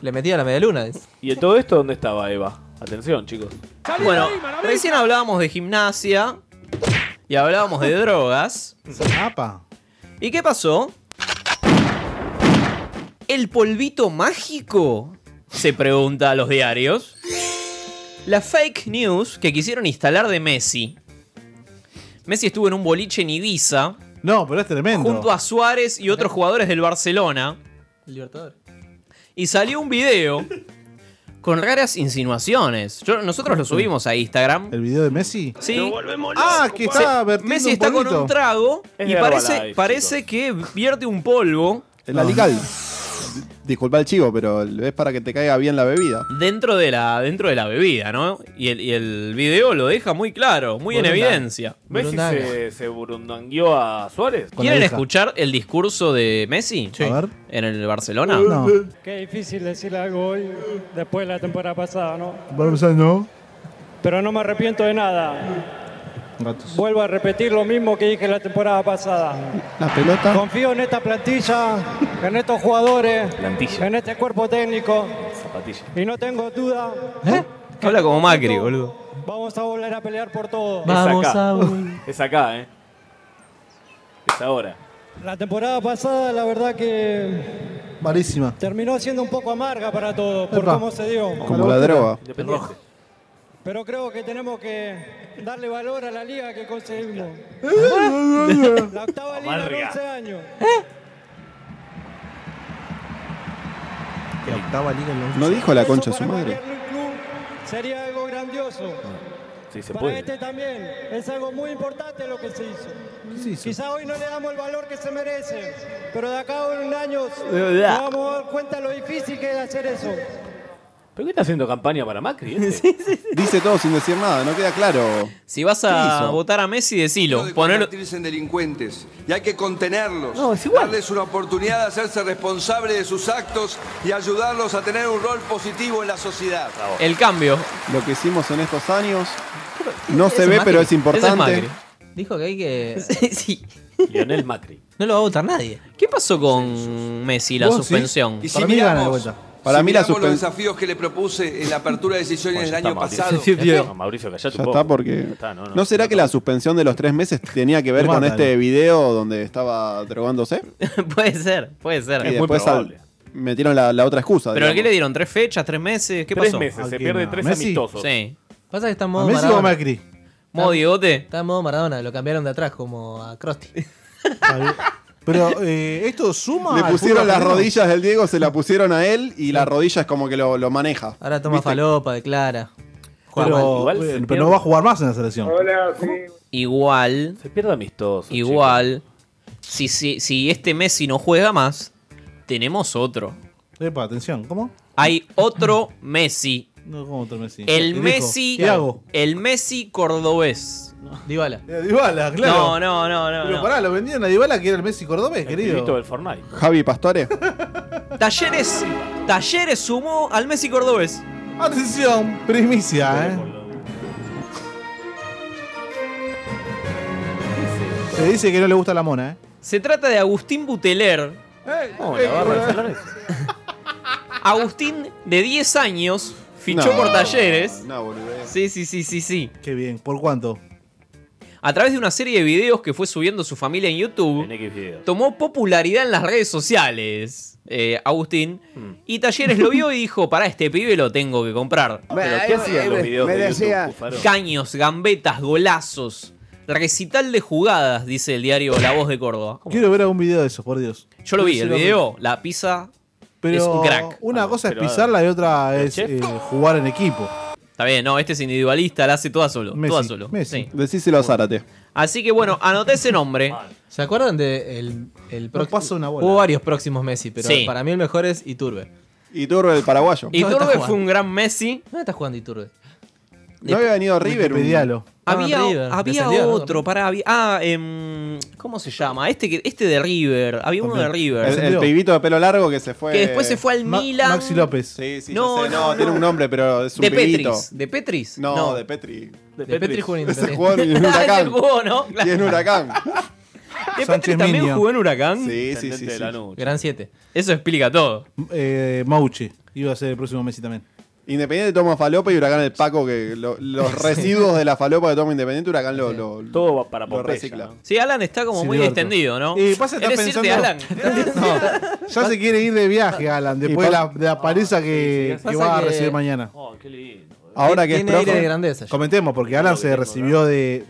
Speaker 10: Le metía la medialuna.
Speaker 3: ¿Y en todo esto dónde estaba Eva? Atención, chicos.
Speaker 2: Bueno, recién hablábamos de gimnasia y hablábamos de drogas. ¿Y qué pasó? ¿El polvito mágico? Se pregunta a los diarios. La fake news que quisieron instalar de Messi. Messi estuvo en un boliche en Ibiza.
Speaker 9: No, pero es tremendo.
Speaker 2: Junto a Suárez y otros jugadores del Barcelona.
Speaker 10: Libertador.
Speaker 2: Y salió un video con raras insinuaciones. Yo- nosotros lo subimos a Instagram.
Speaker 9: ¿El video de Messi?
Speaker 2: Sí.
Speaker 9: Ah, que está vertiendo
Speaker 2: Messi
Speaker 9: un
Speaker 2: está con
Speaker 9: polvito.
Speaker 2: un trago
Speaker 9: Es
Speaker 2: y
Speaker 9: de
Speaker 2: parece,
Speaker 9: Herbalife,
Speaker 2: parece que vierte un polvo.
Speaker 11: El alical. Disculpa el chivo, pero es para que te caiga bien la bebida.
Speaker 2: Dentro de, la, dentro de la bebida, ¿no? Y el, y el video lo deja muy claro, muy en
Speaker 3: Burundanga.
Speaker 2: evidencia.
Speaker 3: ¿Messi se, se burundangueó a Suárez?
Speaker 2: ¿Quieren escuchar el discurso de Messi?
Speaker 9: A ver.
Speaker 2: ¿En el Barcelona?
Speaker 16: Qué difícil decir algo hoy, después de la temporada pasada, ¿no?
Speaker 9: Barça no.
Speaker 16: Pero no me arrepiento de nada.
Speaker 9: Gatos.
Speaker 16: Vuelvo a repetir lo mismo que dije la temporada pasada.
Speaker 11: La pelota.
Speaker 16: Confío en esta plantilla, en estos jugadores,
Speaker 3: Plantilla.
Speaker 16: en este cuerpo técnico.
Speaker 3: Zapatilla.
Speaker 16: Y no tengo duda,
Speaker 2: Habla como Macri, boludo.
Speaker 16: vamos a volver a pelear por todo.
Speaker 3: es acá. Es acá, ¿eh? Es ahora.
Speaker 16: La temporada pasada, la verdad que
Speaker 9: Malísima.
Speaker 16: terminó siendo un poco amarga para todos, por
Speaker 9: Epa.
Speaker 16: cómo se dio.
Speaker 9: Como la droga.
Speaker 16: Pero creo que tenemos que darle valor a la liga
Speaker 3: (laughs)
Speaker 16: que conseguimos. La octava liga en
Speaker 14: Amarga.
Speaker 16: 11 años.
Speaker 9: Que octava liga en la
Speaker 11: No dijo la concha de su madre.
Speaker 16: Sería algo grandioso.
Speaker 3: Sí, se
Speaker 16: Para
Speaker 3: puede.
Speaker 16: este también. Es algo muy importante lo que se hizo.
Speaker 9: hizo?
Speaker 16: Quizá hoy no le damos el valor que se merece, pero de acá a un año
Speaker 3: De
Speaker 16: nos
Speaker 3: verdad.
Speaker 16: vamos a dar cuenta lo difícil que es hacer eso.
Speaker 3: ¿Pero qué está haciendo campaña para
Speaker 17: (laughs)
Speaker 3: Macri? este?
Speaker 11: Dice todo sin decir nada, no queda claro.
Speaker 2: Si vas
Speaker 11: ¿Qué
Speaker 2: a
Speaker 11: hizo?
Speaker 2: votar a Messi, decilo.
Speaker 17: de
Speaker 2: Poner...
Speaker 17: convertirse en delincuentes y hay que contenerlos,
Speaker 2: No, es igual.
Speaker 17: darles una oportunidad de hacerse responsable de sus actos y ayudarlos a tener un rol positivo en la sociedad.
Speaker 2: El cambio.
Speaker 11: Lo que hicimos en estos años no
Speaker 10: Ese
Speaker 11: se ve,
Speaker 10: Macri.
Speaker 11: pero es
Speaker 10: Ese
Speaker 11: importante.
Speaker 10: Macri. Dijo que hay que.
Speaker 2: (laughs) sí.
Speaker 3: Lionel
Speaker 17: (laughs)
Speaker 3: Macri.
Speaker 10: No lo va a votar nadie.
Speaker 2: ¿Qué pasó con Messi, la
Speaker 10: Vos sí.
Speaker 2: suspensión?
Speaker 17: Y si miramos,
Speaker 11: Para
Speaker 17: si
Speaker 11: mí la
Speaker 17: miramos los
Speaker 11: suspen-
Speaker 17: desafíos que le propuse en la apertura de decisiones del
Speaker 3: Pues está,
Speaker 17: año
Speaker 3: Mauricio.
Speaker 17: pasado,
Speaker 3: Sí, tío. No, Mauricio, callate
Speaker 11: Ya
Speaker 3: un poco.
Speaker 11: está porque.
Speaker 3: Ya está, no, no.
Speaker 11: ¿No será que la suspensión de los tres meses tenía que ver
Speaker 3: No,
Speaker 11: con
Speaker 3: mátalo.
Speaker 11: este video donde estaba drogándose?
Speaker 2: (laughs) puede ser, puede ser.
Speaker 11: Y después al- metieron la, la otra excusa.
Speaker 2: ¿Pero a qué
Speaker 11: digamos.
Speaker 2: le dieron? ¿Tres fechas? ¿Tres meses? ¿Qué
Speaker 11: Tres
Speaker 2: pasó?
Speaker 11: meses, se ¿A quién? pierde tres
Speaker 2: Messi?
Speaker 11: amistosos.
Speaker 2: Sí.
Speaker 10: Pasa que está en modo
Speaker 2: ¿A Messi
Speaker 10: Maradona.
Speaker 2: o a Macri? ¿Modo Diegote?
Speaker 10: Está en modo Maradona, lo cambiaron de atrás como a Krusty.
Speaker 9: Pero eh, esto suma.
Speaker 11: Le
Speaker 9: al
Speaker 11: pusieron
Speaker 9: fútbol
Speaker 11: las
Speaker 9: argentino.
Speaker 11: rodillas del Diego, se la pusieron a él y la rodilla es como que lo, lo maneja.
Speaker 10: Ahora toma
Speaker 11: ¿Viste?
Speaker 10: falopa, declara. Juega
Speaker 9: Pero,
Speaker 10: mal.
Speaker 9: eh, pero no va a jugar más en la selección.
Speaker 2: Igual.
Speaker 3: Se pierde amistoso.
Speaker 2: Igual. Si, si, si este Messi no juega más, tenemos otro.
Speaker 9: Epa, atención, ¿cómo?
Speaker 2: Hay otro Messi.
Speaker 9: No, ¿cómo otro Messi? Eh,
Speaker 2: El
Speaker 9: Dijo,
Speaker 2: Messi.
Speaker 9: ¿Qué hago?
Speaker 2: El Messi cordobés.
Speaker 10: Dibala.
Speaker 9: Eh, Dybala, claro.
Speaker 2: No, no, no, no.
Speaker 9: Pero
Speaker 2: no.
Speaker 9: pará, lo vendieron a Dybala que era el Messi cordobés, querido.
Speaker 2: pibito del
Speaker 3: Fortnite.
Speaker 11: Javi Pastore.
Speaker 2: Talleres. Talleres sumó al Messi cordobés.
Speaker 9: Atención, primicia, ¿eh? Se dice que no le gusta la mona, ¿eh?
Speaker 2: Se trata de Agustín Buteler. Oh,
Speaker 9: Eh,
Speaker 2: Agustín, de 10 años, fichó
Speaker 9: No,
Speaker 2: por Talleres.
Speaker 11: No, boludez.
Speaker 2: Sí, sí, sí, sí, sí.
Speaker 9: Qué bien. ¿Por cuánto?
Speaker 2: A través de una serie de videos que fue subiendo su familia en YouTube, tomó popularidad en las redes sociales, eh, Agustín.
Speaker 9: Hmm.
Speaker 2: Y Talleres lo vio y dijo, para este pibe lo tengo que comprar.
Speaker 3: Pero, ¿qué hacían los videos
Speaker 2: me
Speaker 3: de
Speaker 2: decía-
Speaker 3: YouTube, Cufaro?
Speaker 2: Caños, gambetas, golazos. Recital de jugadas, dice el diario La Voz de Córdoba.
Speaker 9: Quiero ver algún video de eso, por Dios.
Speaker 2: Yo lo vi,
Speaker 9: Sí,
Speaker 2: el
Speaker 9: lo
Speaker 2: video, la pizza
Speaker 9: Pero
Speaker 2: es un crack.
Speaker 9: una cosa
Speaker 2: pero ¡oh!
Speaker 9: es pisarla y otra es eh, jugar en equipo.
Speaker 2: Está bien, no, este es individualista, la hace toda solo.
Speaker 9: Messi,
Speaker 2: toda solo.
Speaker 9: Messi.
Speaker 2: Sí.
Speaker 11: Decíselo a Zárate.
Speaker 2: Así que bueno, anoté ese nombre.
Speaker 10: ¿Se acuerdan de el, el
Speaker 2: No
Speaker 10: prox-
Speaker 2: pasa una bola.
Speaker 10: Hubo varios próximos Messi, pero
Speaker 2: Sí.
Speaker 10: para mí el mejor es Iturbe.
Speaker 11: Iturbe, el paraguayo.
Speaker 10: ¿Dónde
Speaker 2: Iturbe
Speaker 10: está
Speaker 2: fue un
Speaker 10: jugando?
Speaker 2: gran Messi.
Speaker 10: ¿Dónde está jugando Iturbe?
Speaker 11: No había venido a River. un-
Speaker 2: Había,
Speaker 10: Ah, River.
Speaker 2: había
Speaker 10: Descendió, ¿no?
Speaker 2: otro, pará, había- ah, em, ¿cómo se llama? Este, que- este de River, había uno de River.
Speaker 11: El, el pibito de pelo largo que se fue.
Speaker 2: Que después se fue al
Speaker 11: Ma-
Speaker 2: Milan.
Speaker 11: Maxi López. Sí, sí, no,
Speaker 2: No,
Speaker 11: sé, no,
Speaker 2: no,
Speaker 11: tiene
Speaker 2: no.
Speaker 11: un nombre, pero es un
Speaker 2: De
Speaker 11: pibito.
Speaker 2: Petris. ¿De Petris?
Speaker 11: No,
Speaker 2: No.
Speaker 11: de Petri.
Speaker 2: De Petris Petris. jugó en
Speaker 11: (laughs) Ese
Speaker 2: Independiente.
Speaker 11: jugó
Speaker 2: (laughs)
Speaker 11: en
Speaker 2: Ese
Speaker 11: Huracán.
Speaker 2: jugó, ¿no? Claro.
Speaker 11: Y
Speaker 2: (laughs)
Speaker 11: en Huracán.
Speaker 2: ¿De Petri también
Speaker 9: Miño.
Speaker 2: jugó en Huracán?
Speaker 11: Sí, sí, sí. sí.
Speaker 2: Gran 7. Eso explica todo.
Speaker 9: Eh, Mauche. Iba a ser el próximo Messi también.
Speaker 11: Independiente toma falopa y Huracán el Paco, que lo- los residuos de la falopa que toma Independiente, Huracán lo, lo,
Speaker 3: Todo va para
Speaker 11: lo
Speaker 3: Pompeya,
Speaker 11: recicla.
Speaker 2: Sí, Alan está como muy
Speaker 11: Siliberto.
Speaker 2: extendido, ¿no?
Speaker 9: Y pasa que
Speaker 2: Es
Speaker 9: está
Speaker 2: decirte,
Speaker 9: pensando- (laughs)
Speaker 2: Alan.
Speaker 9: Ya se quiere ir de viaje, Alan, después de la, de la paliza que, que
Speaker 10: Pasa
Speaker 9: va a
Speaker 10: que-
Speaker 9: recibir mañana.
Speaker 2: Oh, eh.
Speaker 11: Ahora que es
Speaker 10: Tiene aire
Speaker 11: profe-
Speaker 10: de grandeza.
Speaker 9: Comentemos, porque Alan se recibió de.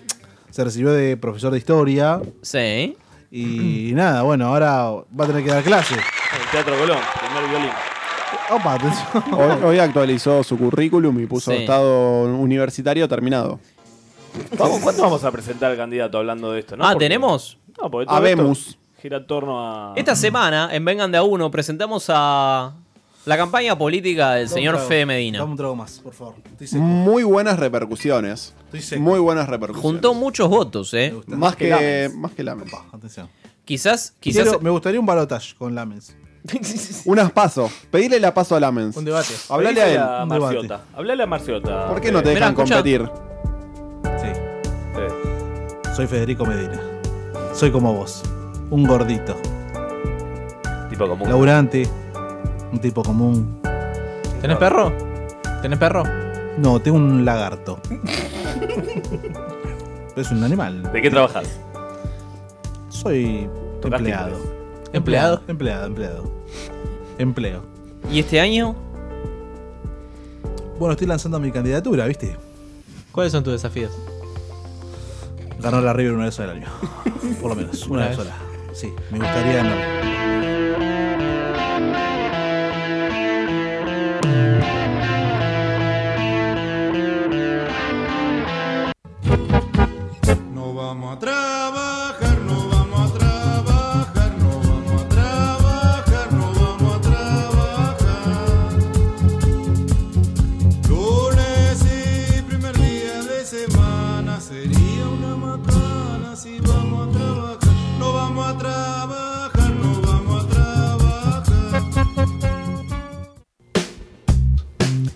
Speaker 9: Se recibió de profesor de historia.
Speaker 2: Sí. (clears throat)
Speaker 9: Y nada, bueno, ahora va a tener que dar clases.
Speaker 3: El Teatro Colón, primer violín.
Speaker 9: Opa, (laughs) atención.
Speaker 11: Hoy, hoy actualizó su currículum y puso
Speaker 3: Sí.
Speaker 11: estado universitario terminado. (laughs)
Speaker 3: Vamos, ¿Cuándo vamos a presentar al candidato hablando de esto? ¿no?
Speaker 2: Ah,
Speaker 3: Porque-
Speaker 2: ¿tenemos?
Speaker 3: No, porque todo
Speaker 2: Habemos.
Speaker 3: esto gira en torno a.
Speaker 2: Ah. Esta semana, en Vengan de a Uno, presentamos a la campaña política del señor
Speaker 9: trago,
Speaker 2: Fede Medina.
Speaker 9: Dame un trago más, por favor.
Speaker 11: Muy buenas repercusiones. Muy buenas repercusiones.
Speaker 2: Juntó muchos votos, ¿eh?
Speaker 11: Más que, más que la
Speaker 9: Atención.
Speaker 2: Quizás, quizás.
Speaker 9: Quiero- me gustaría un balotage con Lamens.
Speaker 11: Unas paso. Pedile la paso a Lamens.
Speaker 9: Un debate.
Speaker 11: Hablale
Speaker 3: Pedile
Speaker 11: a
Speaker 3: a
Speaker 11: él.
Speaker 3: Marciota. Hablale a Marciota.
Speaker 11: ¿Por qué no te dejan competir? eh,
Speaker 9: Soy Federico Medina. Soy como vos. Un gordito.
Speaker 3: Tipo común.
Speaker 9: Laburante. Un tipo común.
Speaker 10: ¿Tenés perro? ¿Tenés perro?
Speaker 9: No, tengo un lagarto. Pero es un animal.
Speaker 3: ¿De qué trabajas?
Speaker 9: Soy empleado.
Speaker 10: ¿Empleado?
Speaker 9: Empleado, empleado. Empleo.
Speaker 2: ¿Y este año?
Speaker 9: Bueno, estoy lanzando mi candidatura, ¿viste?
Speaker 10: ¿Cuáles son tus desafíos?
Speaker 9: Ganó la River una vez al año. Por lo menos, una,
Speaker 10: Una
Speaker 9: vez
Speaker 10: vez.
Speaker 9: sola. Sí, me gustaría no.
Speaker 14: No vamos a trabajar, no vamos a trabajar, no vamos a trabajar, no vamos a trabajar. Lunes y primer día de semana sería una macana si vamos a trabajar. No vamos a trabajar, no vamos a trabajar.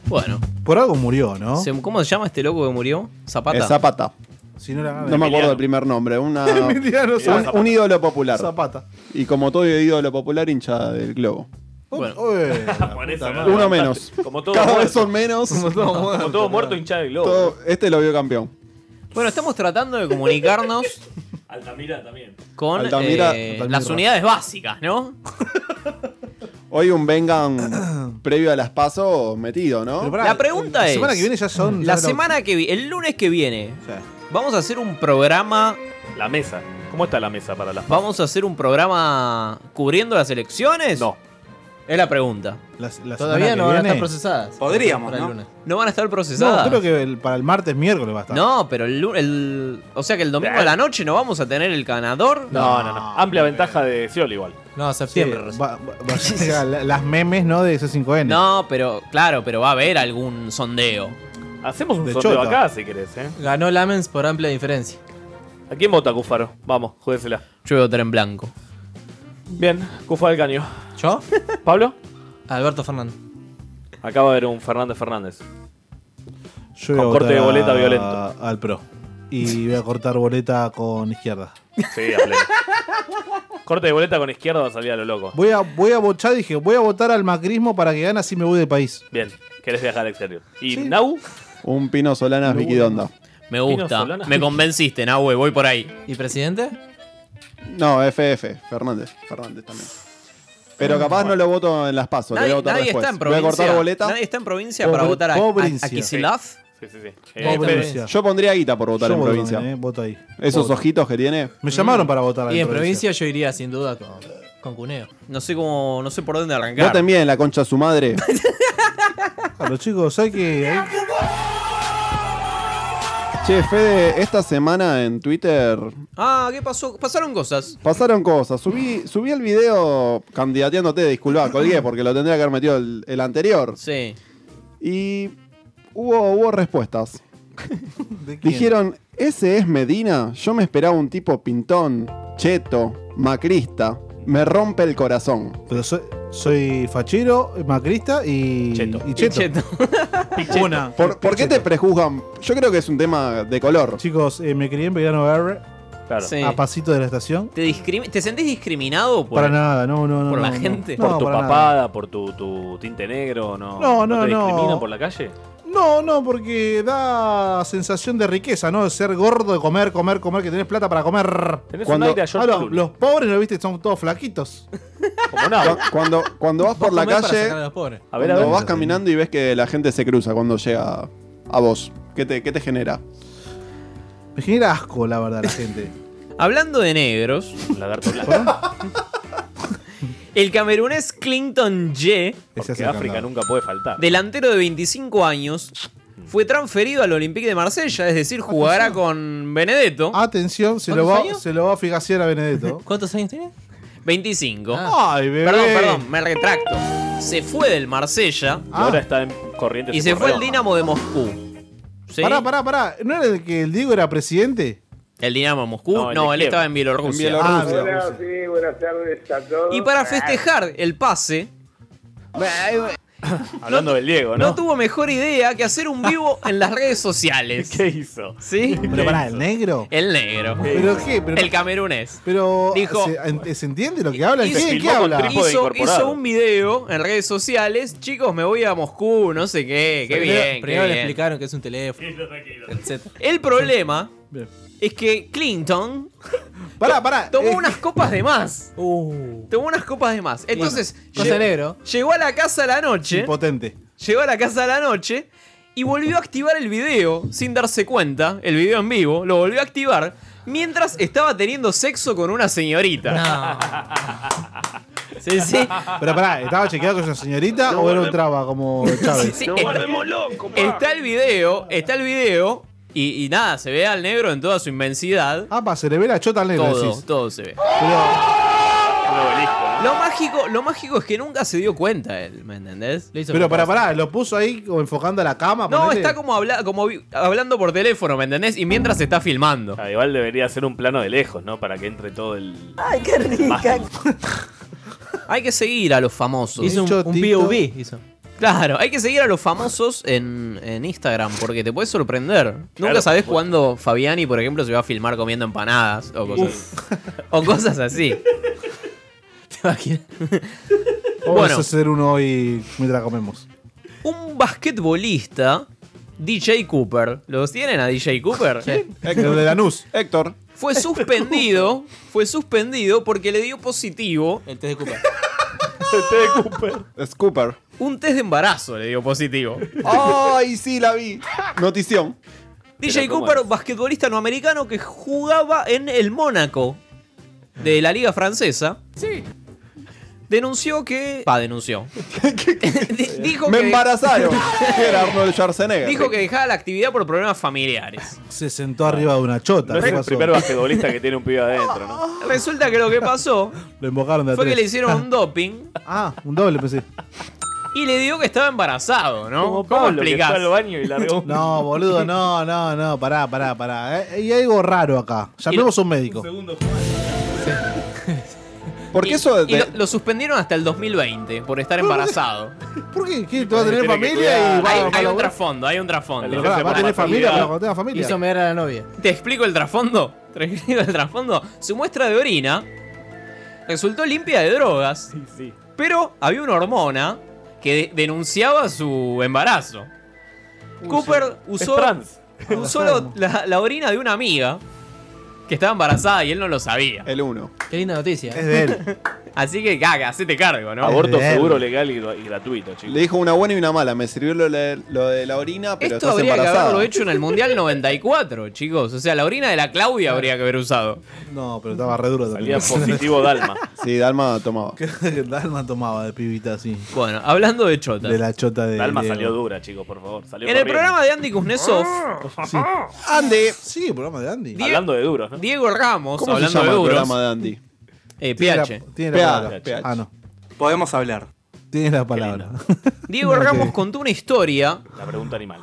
Speaker 2: Bueno.
Speaker 9: Por algo murió, ¿no?
Speaker 2: Se- ¿Cómo se llama este loco que murió? Zapata.
Speaker 11: Eh, Zapata.
Speaker 9: Si no, era (laughs)
Speaker 11: No me acuerdo el primer nombre.
Speaker 3: (laughs)
Speaker 11: Una,
Speaker 9: Emiliano
Speaker 11: un-
Speaker 9: Zapata.
Speaker 11: un, ídolo popular.
Speaker 9: Zapata.
Speaker 11: Y como todo ídolo popular, hincha del globo.
Speaker 9: Oh,
Speaker 2: Bueno.
Speaker 9: eh.
Speaker 2: (laughs)
Speaker 3: Por eso,
Speaker 11: Uno
Speaker 3: ¿no?
Speaker 11: menos.
Speaker 3: Como todo
Speaker 11: (laughs) Cada
Speaker 3: muerto.
Speaker 11: vez son menos.
Speaker 3: Como todo muerto, Como todo muerto, hincha del globo.
Speaker 11: Todo- este lo vio campeón.
Speaker 2: Bueno, estamos tratando de comunicarnos
Speaker 3: Altamira también.
Speaker 2: con
Speaker 11: Altamira-
Speaker 2: eh,
Speaker 11: Altamira.
Speaker 2: las unidades básicas, ¿no?
Speaker 11: Hoy un
Speaker 3: (clears throat)
Speaker 11: Vengan previo a las PASO metido, ¿no?
Speaker 2: la pregunta es. La semana que vi- el lunes que viene, vamos a hacer un programa.
Speaker 3: La mesa. ¿Cómo está la mesa para las
Speaker 2: ¿Vamos a hacer un programa cubriendo las elecciones? No. Es la pregunta.
Speaker 10: Todavía no van a estar procesadas.
Speaker 2: Podríamos,
Speaker 10: Para el
Speaker 2: ¿no?
Speaker 10: lunes.
Speaker 2: No van a estar
Speaker 9: No,
Speaker 2: procesadas.
Speaker 9: creo que el- para el martes, miércoles va a estar.
Speaker 2: No, pero el, lu- el- O sea que el domingo a la noche no vamos a tener el ganador.
Speaker 3: No, no, no. Amplia ventaja de Scioli igual.
Speaker 10: No,
Speaker 9: septiembre. va- va- va a llegar la- las memes, ¿no? De C5N.
Speaker 2: No, pero claro, pero va a haber algún sondeo.
Speaker 3: Hacemos un
Speaker 9: De
Speaker 3: sondeo
Speaker 9: chota.
Speaker 3: acá si querés, ¿eh?
Speaker 10: Ganó Lamens por amplia diferencia.
Speaker 3: ¿A quién vota Cufaro? Vamos, júdesela.
Speaker 2: Yo voy a votar en blanco.
Speaker 3: Bien, Cufa del Caño.
Speaker 10: ¿Yo?
Speaker 3: ¿Pablo?
Speaker 10: Alberto Fernández.
Speaker 3: Acaba de haber un Fernández Fernández.
Speaker 9: Yo voy
Speaker 3: Con
Speaker 9: a
Speaker 3: corte de
Speaker 9: votar
Speaker 3: boleta
Speaker 9: a-
Speaker 3: violento.
Speaker 9: Al pro. Y voy a cortar boleta con izquierda.
Speaker 3: Sí, a (laughs) pleno. Corte de boleta con izquierda va a salir a lo loco.
Speaker 9: Voy a, voy a votar, dije, voy a votar al macrismo para que gane así me voy del país.
Speaker 3: Bien, querés viajar al exterior. ¿Y Nau?
Speaker 11: Un Pino Solanas Viquidonda.
Speaker 2: Me
Speaker 3: Pino
Speaker 2: gusta.
Speaker 3: Solana.
Speaker 2: Me convenciste, Nahue, voy por ahí.
Speaker 10: ¿Y presidente?
Speaker 11: No, FF, Fernández. Fernández también. Pero capaz no lo voto en las PASO, lo voy a
Speaker 2: Ah, Nadie,
Speaker 11: votar
Speaker 2: nadie
Speaker 11: después.
Speaker 2: está en
Speaker 11: Voy a
Speaker 2: provincia.
Speaker 11: cortar boleta.
Speaker 2: Nadie está en provincia
Speaker 11: Pobre-
Speaker 2: para votar a,
Speaker 11: pobrencia.
Speaker 2: a, a Kicillof.
Speaker 3: Sí, sí, sí.
Speaker 11: Eh, Fede, yo pondría guita por votar
Speaker 9: Yo
Speaker 11: en
Speaker 9: voto
Speaker 11: provincia.
Speaker 9: también, eh, voto ahí.
Speaker 11: Esos
Speaker 9: Voto.
Speaker 11: ojitos que tiene.
Speaker 9: Me llamaron para votar
Speaker 10: Y en provincia yo iría sin duda con, con Cuneo.
Speaker 2: No sé cómo, no sé por dónde arrancar.
Speaker 11: Voten bien la concha de
Speaker 2: (laughs)
Speaker 11: su madre.
Speaker 9: A los chicos, hay que.
Speaker 11: Che, Fede, esta semana en Twitter
Speaker 2: Ah, ¿qué pasó? Pasaron cosas.
Speaker 11: pasaron cosas. Subí, subí el video candidateándote, disculpa, colgué porque lo tendría que haber metido el, el anterior.
Speaker 2: Sí.
Speaker 11: Y hubo, hubo respuestas. Dijeron, ese es Medina, yo me esperaba un tipo pintón, cheto, macrista, me rompe el corazón.
Speaker 9: Pero soy, soy fachero, macrista y cheto. Y cheto. (laughs) Una.
Speaker 11: ¿Por, por qué te prejuzgan? Yo creo que es un tema de color.
Speaker 9: Chicos, eh, me crié en Belgrano BR,
Speaker 11: Claro.
Speaker 2: Sí.
Speaker 9: a pasito de la estación.
Speaker 2: ¿Te, discrimi- ¿Te sentís discriminado por,
Speaker 9: para nada, no, no, no.
Speaker 2: por la
Speaker 9: no.
Speaker 2: gente?
Speaker 9: No,
Speaker 3: por tu
Speaker 9: para nada.
Speaker 3: papada, por tu, tu tinte negro, no.
Speaker 9: No, no,
Speaker 3: te
Speaker 9: no.
Speaker 3: discriminan por la calle?
Speaker 9: No, no, porque da sensación de riqueza, ¿no? De ser gordo, de comer, comer, comer, que tenés plata para comer.
Speaker 3: Tenés un aire a George
Speaker 9: Ah, no,
Speaker 3: Clooney.
Speaker 9: los pobres, ¿no viste? Son todos flaquitos. (laughs)
Speaker 3: Ah.
Speaker 11: Cu- Cuando, cuando vas por la
Speaker 9: comés para
Speaker 11: calle,
Speaker 9: sacar a los pobres.
Speaker 11: a ver, cuando
Speaker 9: a ver.
Speaker 11: vas caminando y ves que la gente se cruza cuando llega a vos, ¿qué te, qué te genera?
Speaker 9: Me genera asco, la verdad,
Speaker 2: (laughs)
Speaker 9: la gente.
Speaker 2: Hablando de negros.
Speaker 9: (laughs)
Speaker 2: el camerunés Clinton Ye,
Speaker 3: Porque
Speaker 9: hace
Speaker 3: África
Speaker 9: candado.
Speaker 3: nunca puede faltar.
Speaker 2: delantero de 25 años, fue transferido al Olympique de Marsella, es decir, jugará con Benedetto.
Speaker 9: Ah. Atención, se lo,
Speaker 2: ¿Cuántos
Speaker 9: va,
Speaker 2: años?
Speaker 9: se lo va a fijasear a Benedetto.
Speaker 2: ¿Cuántos años tiene? 25.
Speaker 9: Ay, bebé.
Speaker 2: Ah, Perdón, perdón, me retracto. Se fue del Marsella.
Speaker 3: Y ahora está en corriente.
Speaker 2: Ah. Y se fue al Dinamo de Moscú. ¿Sí?
Speaker 9: Pará, pará, pará. ¿No era el que el Diego era presidente?
Speaker 2: El Dinamo de Moscú. No, él
Speaker 9: el de Kiev.
Speaker 2: estaba en Bielorrusia.
Speaker 9: Bielorrusia. Ah, Bielorrusia.
Speaker 18: Hola, sí, buenas tardes a todos.
Speaker 2: Y para festejar el pase,
Speaker 3: Hablando del Diego, ¿no?
Speaker 2: no tuvo mejor idea que hacer un vivo en las redes sociales.
Speaker 3: (laughs) (laughs) ¿Qué hizo?
Speaker 2: ¿Sí?
Speaker 9: Pero pará, ¿el negro?
Speaker 2: El negro.
Speaker 9: ¿Pero qué? Pero-
Speaker 2: el camerunés.
Speaker 9: Pero
Speaker 2: Dijo-
Speaker 9: ¿se, en- ¿se entiende lo que habla?
Speaker 2: Hizo-
Speaker 9: ¿Qué, ¿Qué habla?
Speaker 2: Hizo, hizo un video en redes sociales. Chicos, me voy a Moscú, no sé qué. Qué
Speaker 10: Primero-
Speaker 2: bien.
Speaker 10: Primero
Speaker 2: qué
Speaker 10: le
Speaker 2: bien.
Speaker 10: explicaron que es un teléfono. etcétera.
Speaker 2: El problema
Speaker 9: Bien.
Speaker 2: es que Clinton
Speaker 9: pará, pará,
Speaker 2: tomó
Speaker 9: eh.
Speaker 2: unas copas de más.
Speaker 10: Uh,
Speaker 2: Tomó unas copas de más. Entonces,
Speaker 10: cosa
Speaker 2: lle-
Speaker 10: negro.
Speaker 2: llegó a la casa a la noche. (laughs)
Speaker 9: (laughs) Impotente.
Speaker 2: Llegó a la casa a la noche y volvió a activar el video sin darse cuenta. El video en vivo lo volvió a activar mientras estaba teniendo sexo con una señorita. Sí, sí.
Speaker 9: Pero pará, ¿estaba chequeado con una señorita o era un traba como
Speaker 2: (laughs)
Speaker 9: Chávez?
Speaker 2: Sí, está-
Speaker 3: (laughs)
Speaker 2: Está el video, está el video y, y nada, se ve al negro en toda su inmensidad.
Speaker 9: Ah, pa, se le ve la chota al negro,
Speaker 2: Todo,
Speaker 9: decís.
Speaker 2: todo se ve.
Speaker 3: Pero,
Speaker 2: Lo mágico, lo mágico es que nunca se dio cuenta él, ¿me entendés?
Speaker 9: Pero pará, pará, lo puso ahí como enfocando a la cama.
Speaker 2: No,
Speaker 9: ponele.
Speaker 2: está como, habla- como vi- hablando por teléfono, ¿me entendés? Y mientras se está filmando.
Speaker 3: Ah, igual debería ser un plano de lejos, ¿no? Para que entre todo el.
Speaker 2: Ay, qué
Speaker 3: rica.
Speaker 2: Hay que seguir a los famosos.
Speaker 10: Hizo un, un POV. Hizo.
Speaker 2: Claro, hay que seguir a los famosos en, en Instagram porque te puedes sorprender. Nunca sabes cuándo Fabiani, por ejemplo, se va a filmar comiendo empanadas o cosas, o
Speaker 10: (laughs)
Speaker 2: cosas así. ¿Te imaginas?
Speaker 9: Vamos
Speaker 2: bueno,
Speaker 9: a hacer uno hoy mientras comemos.
Speaker 2: un basquetbolista, DJ Cooper. ¿Los tienen a DJ Cooper?
Speaker 9: El de Lanús.
Speaker 11: Héctor. (laughs)
Speaker 2: Fue suspendido, fue suspendido porque le dio positivo. El test de Cooper.
Speaker 11: de Cooper. Es Cooper.
Speaker 2: Un test de embarazo le dio
Speaker 11: (laughs)
Speaker 2: positivo.
Speaker 11: ¡Ay, sí, la vi! Notición.
Speaker 2: DJ
Speaker 11: Pero, ¿cómo
Speaker 2: Cooper, basquetbolista no americano que jugaba en el Mónaco de la liga francesa. Sí. Denunció que. Pa,
Speaker 11: (laughs)
Speaker 2: denunció. (laughs) Di- dijo
Speaker 11: Me
Speaker 2: que- (laughs)
Speaker 11: embarazaron. Era Arnold Schwarzenegger.
Speaker 2: Dijo que dejaba la actividad por problemas
Speaker 11: (laughs)
Speaker 2: familiares.
Speaker 9: Se sentó arriba de una chota.
Speaker 3: No es
Speaker 9: ¿qué
Speaker 3: el
Speaker 9: pasó?
Speaker 3: primer basquetbolista que tiene un pibe adentro, ¿no?
Speaker 2: Resulta que lo que pasó
Speaker 9: Lo embocaron de
Speaker 2: fue que
Speaker 9: atrás.
Speaker 2: le hicieron
Speaker 11: (laughs)
Speaker 2: un doping
Speaker 9: Ah, un doble pensé.
Speaker 2: y le dio que estaba embarazado, ¿no?
Speaker 9: Como
Speaker 2: ¿Cómo
Speaker 9: Pablo, que
Speaker 2: explicás?
Speaker 9: fue al
Speaker 3: baño y largó un-
Speaker 9: (laughs) No, boludo, no, no, no, pará, pará, pará. Eh, Hay algo raro acá. Llamemos a un médico.
Speaker 11: (laughs) ¿Por
Speaker 2: qué
Speaker 11: eso
Speaker 2: Y lo, lo suspendieron hasta el 2020 por estar embarazado.
Speaker 9: ¿Por qué? ¿Qué? ¿Te va a tener
Speaker 2: Tiene que
Speaker 9: familia
Speaker 2: cuidar.
Speaker 9: y va,
Speaker 2: Hay,
Speaker 9: va a
Speaker 2: hay un
Speaker 9: laburar?
Speaker 2: trasfondo, hay un trasfondo.
Speaker 9: Pero pará, ¿Va a tener familia pero cuando tenga familia?
Speaker 10: Hizo mirar a la novia.
Speaker 2: ¿Te explico el trasfondo? (laughs) ¿Te explico el trasfondo? Su muestra de orina resultó limpia de drogas. Pero había una hormona que de- denunciaba su embarazo. Cooper usó,
Speaker 3: trans.
Speaker 2: (laughs) usó la, la- la orina de una amiga que estaba embarazada y él no lo sabía.
Speaker 11: El uno.
Speaker 10: Qué linda noticia.
Speaker 2: (laughs)
Speaker 9: Es de él.
Speaker 2: Así que caga, hacete cargo, ¿no?
Speaker 3: Aborto seguro, legal y, gra- y gratuito, chicos.
Speaker 11: Le dijo una buena y una mala. Me sirvió lo, de- lo de la orina, pero
Speaker 2: Esto
Speaker 11: estás
Speaker 2: habría que
Speaker 11: embarazada.
Speaker 2: haberlo hecho en el Mundial 94, chicos. O sea, la orina de la Claudia habría que haber usado.
Speaker 9: No, pero estaba re duro.
Speaker 2: Salía
Speaker 9: (laughs)
Speaker 2: positivo Dalma.
Speaker 11: Sí, Dalma tomaba.
Speaker 9: Dalma tomaba de pibita, sí.
Speaker 2: Bueno, hablando de chota.
Speaker 9: De la chota de.
Speaker 3: Dalma
Speaker 9: de-
Speaker 3: salió dura, chicos, por favor. Salió
Speaker 2: En el
Speaker 3: corriendo.
Speaker 2: programa de Andy Kuznetsov,
Speaker 9: Sí.
Speaker 11: Andy.
Speaker 9: Sí, el programa de Andy.
Speaker 3: Hablando de duros, ¿no?
Speaker 2: Diego Ramos,
Speaker 11: ¿Cómo se
Speaker 2: hablando
Speaker 11: llama
Speaker 2: de
Speaker 11: el
Speaker 2: euros.
Speaker 11: programa de Andy?
Speaker 2: Eh,
Speaker 9: Tiene la-
Speaker 2: PH.
Speaker 9: tiene la palabra. Ah, no.
Speaker 19: Podemos hablar.
Speaker 9: Tienes la palabra.
Speaker 2: Diego
Speaker 9: (laughs)
Speaker 2: Ramos contó una historia.
Speaker 3: La pregunta animal.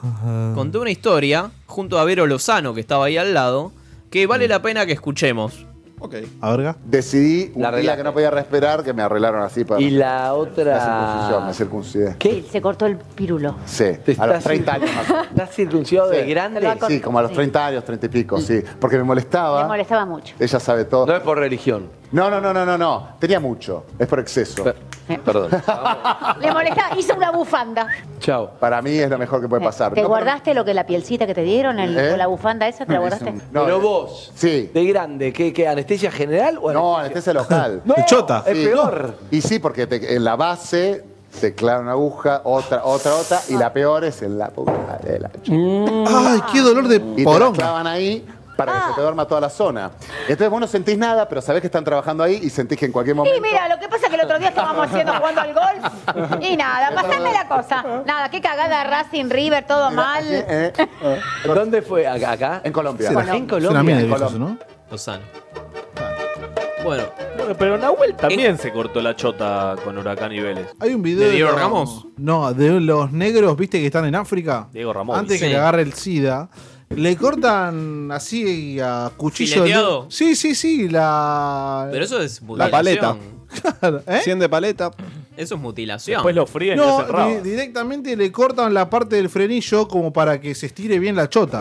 Speaker 2: Contó una historia junto a Vero Lozano, que estaba ahí al lado, que vale la pena que escuchemos.
Speaker 11: Ok.
Speaker 9: A verga.
Speaker 20: Decidí un
Speaker 2: La
Speaker 20: día
Speaker 2: arreglaste.
Speaker 20: que no podía respirar que me arreglaron así para.
Speaker 21: Y la otra-
Speaker 20: La circuncisión, me circuncidé.
Speaker 21: ¿Qué? Se cortó el pirulo.
Speaker 20: Sí, a los
Speaker 21: estás
Speaker 20: 30 años.
Speaker 21: (laughs) ¿Estás circuncidado de grande?
Speaker 20: Sí, como a los 30 años, 30 y pico, sí. Porque me
Speaker 21: Me
Speaker 20: molestaba.
Speaker 21: molestaba mucho.
Speaker 20: Ella sabe todo. No
Speaker 19: es por religión.
Speaker 20: No, no, no, no, no, no. Tenía mucho. Es por exceso. (laughs)
Speaker 19: Perdón.
Speaker 21: Le molestaba, hizo una bufanda. Eh,
Speaker 20: Chao. Para mí es lo mejor que puede pasar.
Speaker 21: ¿Te
Speaker 20: No,
Speaker 21: guardaste lo que la pielcita que te dieron, el-
Speaker 20: ¿Eh?
Speaker 21: o la bufanda esa, te la guardaste?
Speaker 20: No,
Speaker 19: Pero
Speaker 20: eh,
Speaker 19: vos,
Speaker 20: Sí.
Speaker 19: de grande, ¿qué, qué, anestesia general o
Speaker 20: No, anestesia local.
Speaker 19: No, Chota.
Speaker 9: eh,
Speaker 19: es peor.
Speaker 20: Y sí, porque te- en la base te clavan una aguja, otra, otra, otra, y la peor es en la puta de
Speaker 19: Mm.
Speaker 20: la
Speaker 9: Ay, qué dolor de
Speaker 20: y
Speaker 9: porón.
Speaker 20: te la clavan ahí para que se
Speaker 21: Ah.
Speaker 20: te duerma toda la zona. Entonces vos no sentís nada, pero sabés que están trabajando ahí y sentís que en cualquier
Speaker 21: Y
Speaker 20: momento...
Speaker 21: mira, lo que pasa es que el otro día
Speaker 20: (laughs)
Speaker 21: estábamos haciendo jugando al golf y nada, pasame la cosa. Nada, qué cagada Racing River, todo
Speaker 20: eh,
Speaker 21: mal.
Speaker 19: ¿Dónde fue? ¿Acá? acá?
Speaker 20: En Colombia.
Speaker 19: Bueno, en Colombia.
Speaker 9: Una mía de
Speaker 19: En
Speaker 9: viejos,
Speaker 19: Colombia.
Speaker 9: ¿no?
Speaker 2: Lozano. Bueno.
Speaker 3: Bueno, pero Nahuel también se cortó la chota con Huracán y Vélez.
Speaker 9: Hay un video.
Speaker 3: ¿De Diego
Speaker 9: los-
Speaker 3: Ramos?
Speaker 9: No, de los negros, viste, que están en África.
Speaker 3: Diego Ramos.
Speaker 9: Antes que
Speaker 3: Sí.
Speaker 9: le agarre el SIDA. Le cortan así a cuchillo.
Speaker 2: ¿Fileteado?
Speaker 9: Sí, sí, sí. La.
Speaker 2: Pero eso es
Speaker 9: La paleta.
Speaker 2: mutilación.
Speaker 9: (laughs) Claro, ¿eh?
Speaker 11: de paleta.
Speaker 2: Eso es mutilación.
Speaker 3: Después lo fríen y lo
Speaker 9: No,
Speaker 3: cerraban.
Speaker 9: di- directamente le cortan la parte del frenillo como para que se estire bien la chota.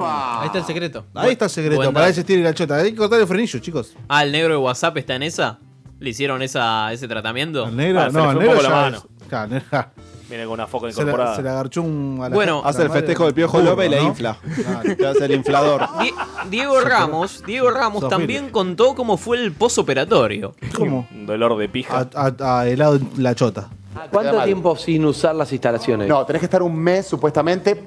Speaker 2: Ahí está el secreto.
Speaker 9: Ahí está el secreto,
Speaker 2: Buen
Speaker 9: para que
Speaker 2: dato.
Speaker 9: se estire la chota. Hay que cortar el frenillo, chicos.
Speaker 2: Ah, el negro de WhatsApp está en esa. ¿Le hicieron esa, ese tratamiento?
Speaker 9: El negro, no, el negro ya es- claro, el negro ya-
Speaker 3: Viene con una foca
Speaker 9: se, la,
Speaker 3: incorporada.
Speaker 9: se la agarchó un. a la-
Speaker 2: Bueno,
Speaker 9: a la
Speaker 2: Hace el
Speaker 9: madre
Speaker 11: festejo del Piojo
Speaker 9: burro,
Speaker 11: López y la
Speaker 9: ¿no?
Speaker 11: infla. (laughs) Te hace el inflador.
Speaker 2: Die- Diego Ramos, Diego Ramos
Speaker 9: Sos
Speaker 2: también contó cómo fue el posoperatorio.
Speaker 9: ¿Cómo?
Speaker 3: Un dolor de pija.
Speaker 9: A, a- a helado en la chota.
Speaker 10: Ah,
Speaker 19: ¿Cuánto tiempo sin usar las instalaciones?
Speaker 20: No, tenés que estar un mes supuestamente.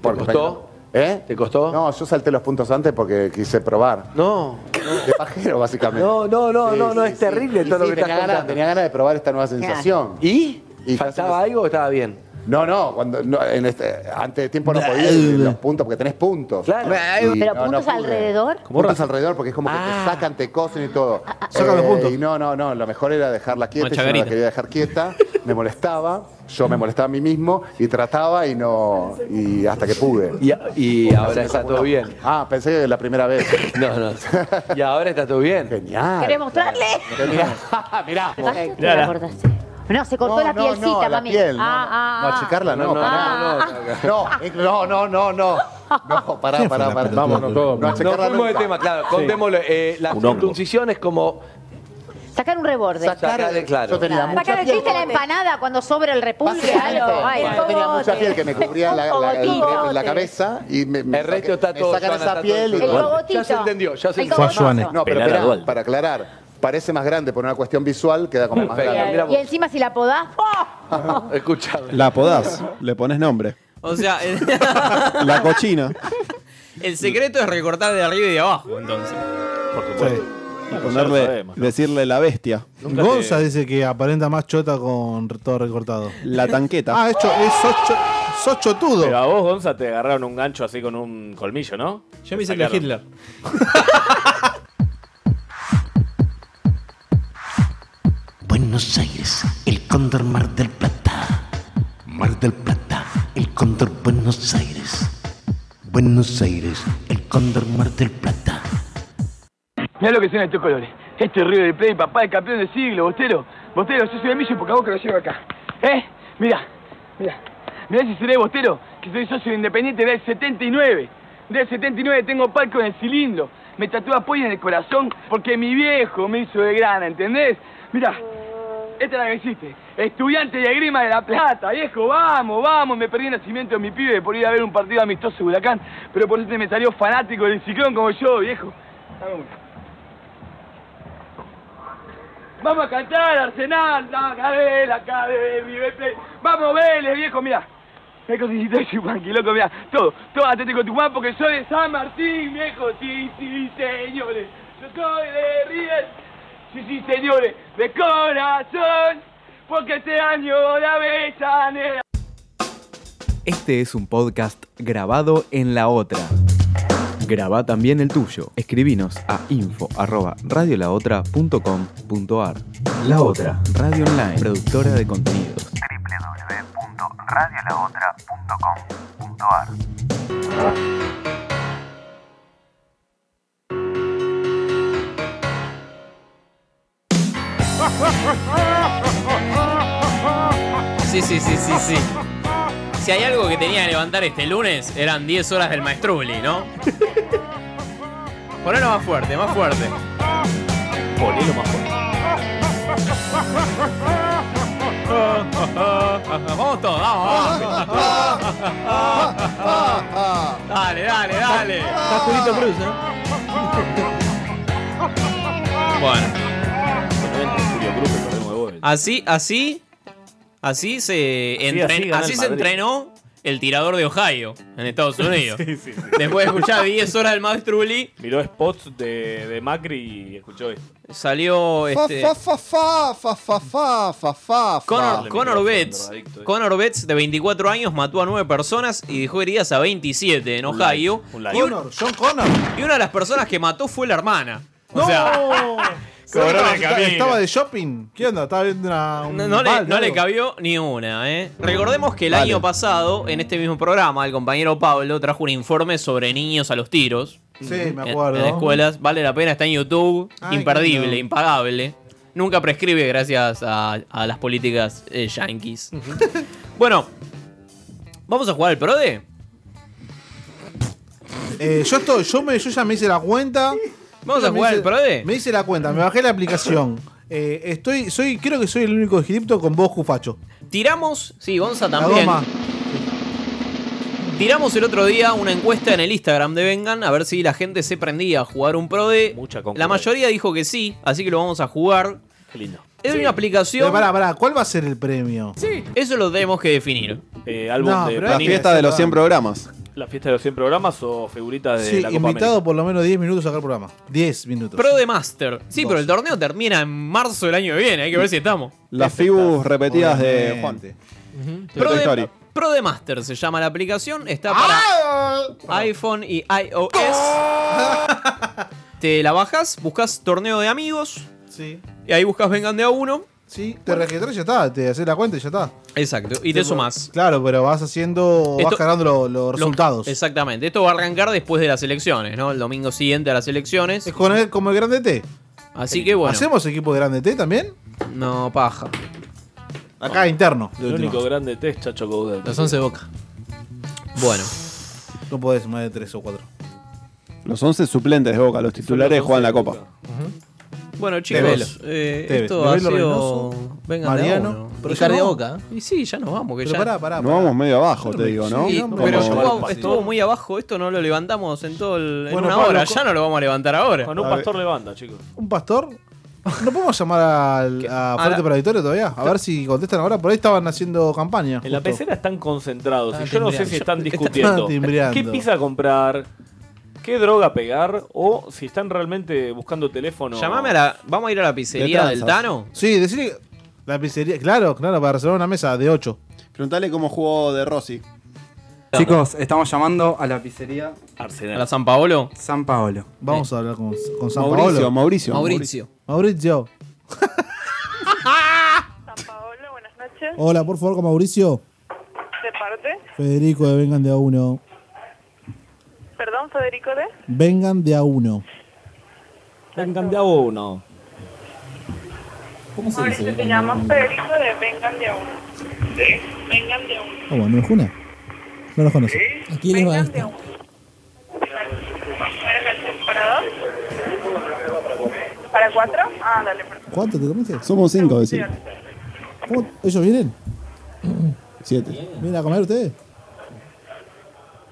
Speaker 20: Porque
Speaker 19: costó?
Speaker 20: ¿Eh? ¿Te costó? No, yo salté los puntos antes porque quise probar.
Speaker 19: No.
Speaker 20: De pajero, básicamente.
Speaker 19: No, no, no, no, no, es terrible
Speaker 20: Y
Speaker 19: todo lo
Speaker 20: sí,
Speaker 19: que
Speaker 20: tenía
Speaker 19: estás
Speaker 20: ganas,
Speaker 19: contando.
Speaker 20: tenía ganas de probar esta nueva sensación. ¿Y?
Speaker 19: ¿Faltaba algo o estaba bien?
Speaker 20: No, no, cuando, no, en este- antes de tiempo no podía ir los puntos porque tenés puntos. Y
Speaker 21: Pero
Speaker 20: no, no
Speaker 21: puntos
Speaker 20: pude.
Speaker 21: alrededor. Ah,
Speaker 20: Puntos alrededor porque es como que
Speaker 19: Ah.
Speaker 20: te sacan, te cosen y todo. Eh,
Speaker 21: Sacan los puntos.
Speaker 20: Y no, no, no, lo mejor era dejarla quieta. y Yo no la
Speaker 2: Machacarita.
Speaker 20: quería dejar quieta, me molestaba, yo me molestaba a mí mismo y trataba y no. y hasta que pude.
Speaker 19: Y, y ahora está todo bien.
Speaker 20: Ah, pensé que la primera vez.
Speaker 19: No,
Speaker 20: (laughs)
Speaker 19: no. Y ahora está todo bien.
Speaker 20: Genial.
Speaker 21: ¿Querés mostrarle?
Speaker 20: (laughs) Mirá,
Speaker 21: ¿Te la cortaste? No, se cortó
Speaker 20: No,
Speaker 21: la
Speaker 20: no,
Speaker 21: pielcita,
Speaker 20: no, la
Speaker 21: mami.
Speaker 20: piel, no,
Speaker 21: ah, ah,
Speaker 20: No,
Speaker 21: ah.
Speaker 20: achicarla no, pará. No, eh, no, no, no, no. No, pará, pará, pará. Vámonos todos. No,
Speaker 19: Nos
Speaker 20: achicarla
Speaker 19: fuimos de
Speaker 20: nunca.
Speaker 19: tema, claro. Contémoslo. Eh, la circuncisión es como
Speaker 21: Sacar un reborde.
Speaker 19: sacarle, claro.
Speaker 20: Yo tenía mucha
Speaker 21: Sacar el chiste de la empanada cuando sobra el repulgue. algo. Ay,
Speaker 20: Yo tenía mucha
Speaker 21: cogote.
Speaker 20: piel que me cubría la, la- el-
Speaker 21: cogote.
Speaker 20: la cabeza y me, me
Speaker 19: El resto
Speaker 20: saca-
Speaker 19: está
Speaker 20: me
Speaker 19: todo.
Speaker 20: sacan
Speaker 19: Joana,
Speaker 20: esa
Speaker 19: está
Speaker 20: piel
Speaker 19: todo
Speaker 20: y
Speaker 19: en
Speaker 20: todo.
Speaker 19: su lugar. Ya se entendió, ya se
Speaker 21: El
Speaker 19: entendió.
Speaker 20: No, pero
Speaker 19: Pelar
Speaker 20: esperá,
Speaker 19: a dual.
Speaker 20: para aclarar, parece más grande por una cuestión visual, queda como más
Speaker 19: Perfecto,
Speaker 20: grande.
Speaker 19: mira
Speaker 21: Y encima si la podás. ¡oh!
Speaker 19: Escuchame.
Speaker 11: La podás, le pones nombre.
Speaker 2: O sea, (laughs) el,
Speaker 11: La cochina.
Speaker 2: el secreto es recortar de arriba y de abajo, entonces.
Speaker 3: Por
Speaker 9: supuesto.
Speaker 11: Y ponerle, decirle la bestia.
Speaker 9: Gonza dice que aparenta más chota con todo recortado.
Speaker 11: La tanqueta.
Speaker 9: Ah, es, cho- es sos, cho- sos chotudo.
Speaker 3: Pero a vos, Gonza, te agarraron un gancho así con un colmillo, ¿no?
Speaker 2: Yo me hice el de
Speaker 3: Sacaron.
Speaker 2: Hitler.
Speaker 22: Buenos Aires, el cóndor Mar del Plata. Mar del Plata, el cóndor Buenos Aires. Buenos Aires, el cóndor Mar del Plata.
Speaker 23: Mirá lo que son estos colores. Este River de Play, papá, el campeón del siglo, Bostero. Bostero, yo soy de Millo porque a vos que lo llevo acá. ¿Eh? Mirá, mirá. Mirá si seré Bostero, que soy socio de independiente del 79. Del 79 tengo palco en el cilindro. Me tatúa apoyo en el corazón porque mi viejo me hizo de grana, ¿entendés? Mirá, esta es la que hiciste. Estudiante de Grima de la Plata, viejo, vamos, vamos. Me perdí el nacimiento de mi pibe por ir a ver un partido amistoso de Huracán, pero por suerte me salió fanático del ciclón como yo, viejo. Dame una. Vamos a cantar, Arsenal. La cabeza, la cabeza, vive el play. Vamos, Vélez, viejo, mira. Me conquistó Chupanqui, loco, mira. Todo, todo Atlético Tucumán porque soy de San Martín, viejo. Sí, sí, señores. Yo soy de River. Sí, sí, señores. De corazón. Porque este año la Avellaneda.
Speaker 1: Este es un podcast grabado en la otra. Graba también el tuyo. Escribinos a info@radiolaotra.com.ar. La Otra, radio online, productora de contenidos.
Speaker 4: www.radiolaotra.com.ar
Speaker 2: Sí, sí, sí, sí, sí. Si hay algo que tenía que levantar este lunes, eran 10 horas del maestruli, ¿no? Ponelo más fuerte, más (laughs) fuerte. Ponelo más fuerte. Vamos todos, vamos, vamos. (laughs) Dale, dale, dale.
Speaker 10: Está Julito Cruz, ¿eh?
Speaker 2: Bueno.
Speaker 3: Julio Cruz, que perdemos de vuelta.
Speaker 2: Así, así, así se, entren-
Speaker 3: así ganó
Speaker 2: así
Speaker 3: el
Speaker 2: se
Speaker 3: Madrid.
Speaker 2: entrenó el tirador de Ohio en Estados Unidos.
Speaker 3: (laughs) Sí, sí, sí.
Speaker 2: Después de escuchar 10 horas del Maestruli,
Speaker 3: Miró spots de, de Macri y escuchó esto.
Speaker 2: salió este,
Speaker 11: Fa, fa, fa, fa, fa, fa, fa, fa, fa.
Speaker 2: Conor, Conor Betts.
Speaker 3: eh.
Speaker 2: Conor Betts, de 24 años, mató a 9 personas y dejó heridas a 27 en Ohio. Y, un-
Speaker 9: Connor, John Connor.
Speaker 2: y una de las personas que mató fue la hermana. O
Speaker 9: ¡No!
Speaker 2: sea,
Speaker 9: Estaba-
Speaker 2: (laughs) cobró de
Speaker 9: estaba-
Speaker 2: camino.
Speaker 9: Estaba de shopping. ¿Qué onda? Estaba viendo una. un
Speaker 2: No, no le,
Speaker 9: balde,
Speaker 2: no le
Speaker 9: algo.
Speaker 2: cabió ni una, ¿eh? Recordemos que el año pasado, en este mismo programa, el compañero Pablo trajo un informe sobre niños a los tiros.
Speaker 9: Sí, me
Speaker 2: En-
Speaker 9: acuerdo.
Speaker 2: En, escuelas. Vale la pena, está en YouTube.
Speaker 9: Ay,
Speaker 2: imperdible,
Speaker 9: qué lindo.
Speaker 2: impagable. Nunca prescribe gracias a, a las políticas eh, yanquis. (laughs) bueno, ¿vamos a jugar al PRODE?
Speaker 9: Eh, yo estoy, yo, me, yo ya me hice la cuenta.
Speaker 2: Vamos
Speaker 9: Yo
Speaker 2: a
Speaker 9: me
Speaker 2: jugar
Speaker 9: hice-
Speaker 2: al PRODE.
Speaker 9: Me hice la cuenta, me bajé
Speaker 2: (laughs)
Speaker 9: la aplicación. Eh, estoy, soy, creo que soy el único egipto con voz jufacho.
Speaker 2: Tiramos, sí, Gonza
Speaker 9: La
Speaker 2: también.
Speaker 9: goma.
Speaker 2: Tiramos el otro día una encuesta en el Instagram de Vengan a ver si la gente se prendía a jugar un PRODE. la mayoría dijo que sí, así que lo vamos a jugar.
Speaker 3: Qué lindo.
Speaker 2: Es una aplicación.
Speaker 9: Pero pará, pará, ¿cuál va a ser el premio?
Speaker 2: Sí. Eso lo tenemos que definir.
Speaker 3: Eh, álbum No, de pero
Speaker 11: La fiesta de los 100 programas.
Speaker 3: ¿La fiesta de los 100 programas o figuritas de
Speaker 9: Sí,
Speaker 3: la Copa
Speaker 9: invitado por lo menos 10 minutos acá al programa. 10 minutos.
Speaker 2: Pro de Master. Sí, pero el torneo termina en marzo del año que viene. Hay que ver si estamos.
Speaker 11: Las fibus repetidas de Juan.
Speaker 9: Obviamente.
Speaker 2: Pro
Speaker 11: Toy
Speaker 2: de,
Speaker 11: Story.
Speaker 2: Pro de Master se llama la aplicación. Está para iPhone y iOS. (laughs) Te la bajas, buscas torneo de amigos.
Speaker 9: Sí.
Speaker 2: Y ahí buscas vengan de a uno.
Speaker 9: Sí. Te registras y ya está, te haces la cuenta y ya está.
Speaker 2: Exacto. Y te
Speaker 9: Tipo,
Speaker 2: sumás.
Speaker 9: Claro, pero vas haciendo, vas
Speaker 2: Esto-
Speaker 9: cargando lo- los
Speaker 2: Los-
Speaker 9: resultados.
Speaker 2: exactamente. Esto va a arrancar después de las elecciones, ¿no? El domingo siguiente a las elecciones.
Speaker 9: Es con el- como el Grande T.
Speaker 2: Así que bueno.
Speaker 9: ¿Hacemos equipo de Grande T también?
Speaker 2: No, paja.
Speaker 9: Acá interno. de
Speaker 3: El
Speaker 9: última.
Speaker 3: único grande test, Chacho Coudet.
Speaker 9: Los 11
Speaker 10: Boca.
Speaker 2: Bueno.
Speaker 9: No podés más de 3 o 4.
Speaker 11: Los 11 suplentes de Boca, los titulares juegan la copa.
Speaker 2: Bueno, chicos,
Speaker 11: Tevez.
Speaker 2: eh,
Speaker 11: Tevez.
Speaker 2: esto ha
Speaker 11: Novelo
Speaker 2: sido.
Speaker 11: Reynoso,
Speaker 2: Vengan de a
Speaker 11: Mariano,
Speaker 2: uno.
Speaker 11: pero
Speaker 2: Y
Speaker 11: ya
Speaker 2: Cardi
Speaker 11: no.
Speaker 2: Boca, ¿eh? Y sí, ya nos vamos. Que
Speaker 11: Pero
Speaker 2: ya...
Speaker 11: pará, pará, Nos pará. vamos medio abajo, te digo, ¿no?
Speaker 2: Sí,
Speaker 11: Como-
Speaker 2: pero
Speaker 11: Como-
Speaker 2: estuvo, estuvo muy abajo. Esto no lo levantamos en todo el, en
Speaker 9: Bueno,
Speaker 2: una
Speaker 9: Pablo,
Speaker 2: hora.
Speaker 9: con-
Speaker 2: Ya no lo vamos a levantar ahora.
Speaker 9: Con un A ver. pastor
Speaker 3: levanta, chicos.
Speaker 9: ¿Un pastor? ¿No podemos llamar al- a,
Speaker 3: A
Speaker 9: Fuerte
Speaker 3: Ah, la-
Speaker 9: para Victoria todavía? A ver si contestan ahora. Por ahí estaban haciendo campaña.
Speaker 3: En la
Speaker 9: justo.
Speaker 3: pecera están concentrados y yo no sé
Speaker 9: timbreando.
Speaker 3: si están
Speaker 9: Están (laughs)
Speaker 3: discutiendo
Speaker 9: timbreando.
Speaker 3: qué pizza comprar, qué droga pegar o si están realmente buscando teléfono.
Speaker 2: Llamame a la. Vamos a ir a la pizzería del Tano.
Speaker 9: Sí, decirle. La pizzería. Claro, claro, para reservar una mesa de 8.
Speaker 11: Preguntale cómo jugó de Rossi.
Speaker 7: Chicos, estamos llamando a la pizzería
Speaker 2: ¿A la San Paolo?
Speaker 7: San Paolo.
Speaker 9: Vamos a hablar con, con San
Speaker 11: Mauricio,
Speaker 9: Paolo.
Speaker 11: Mauricio.
Speaker 2: Mauricio.
Speaker 9: Mauricio. Hola, por favor, con Mauricio.
Speaker 24: ¿De parte?
Speaker 9: Federico de Vengan de a uno.
Speaker 24: Perdón, Federico de.
Speaker 9: Vengan de a uno.
Speaker 3: Vengan de a uno.
Speaker 9: ¿Cómo
Speaker 24: Mauricio, te llamas Federico de Vengan de a uno. ¿Sí? Vengan de a uno.
Speaker 9: ¿no los una? No los conoce.
Speaker 24: Aquí les va esto. ¿Para dos? ¿Para cuatro? Ah, dale, perfecto.
Speaker 9: ¿Cuánto te comiste?
Speaker 11: Somos cinco, decir.
Speaker 9: ¿Cómo? ¿Ellos vienen?
Speaker 11: Siete.
Speaker 9: ¿Vienen a comer ustedes?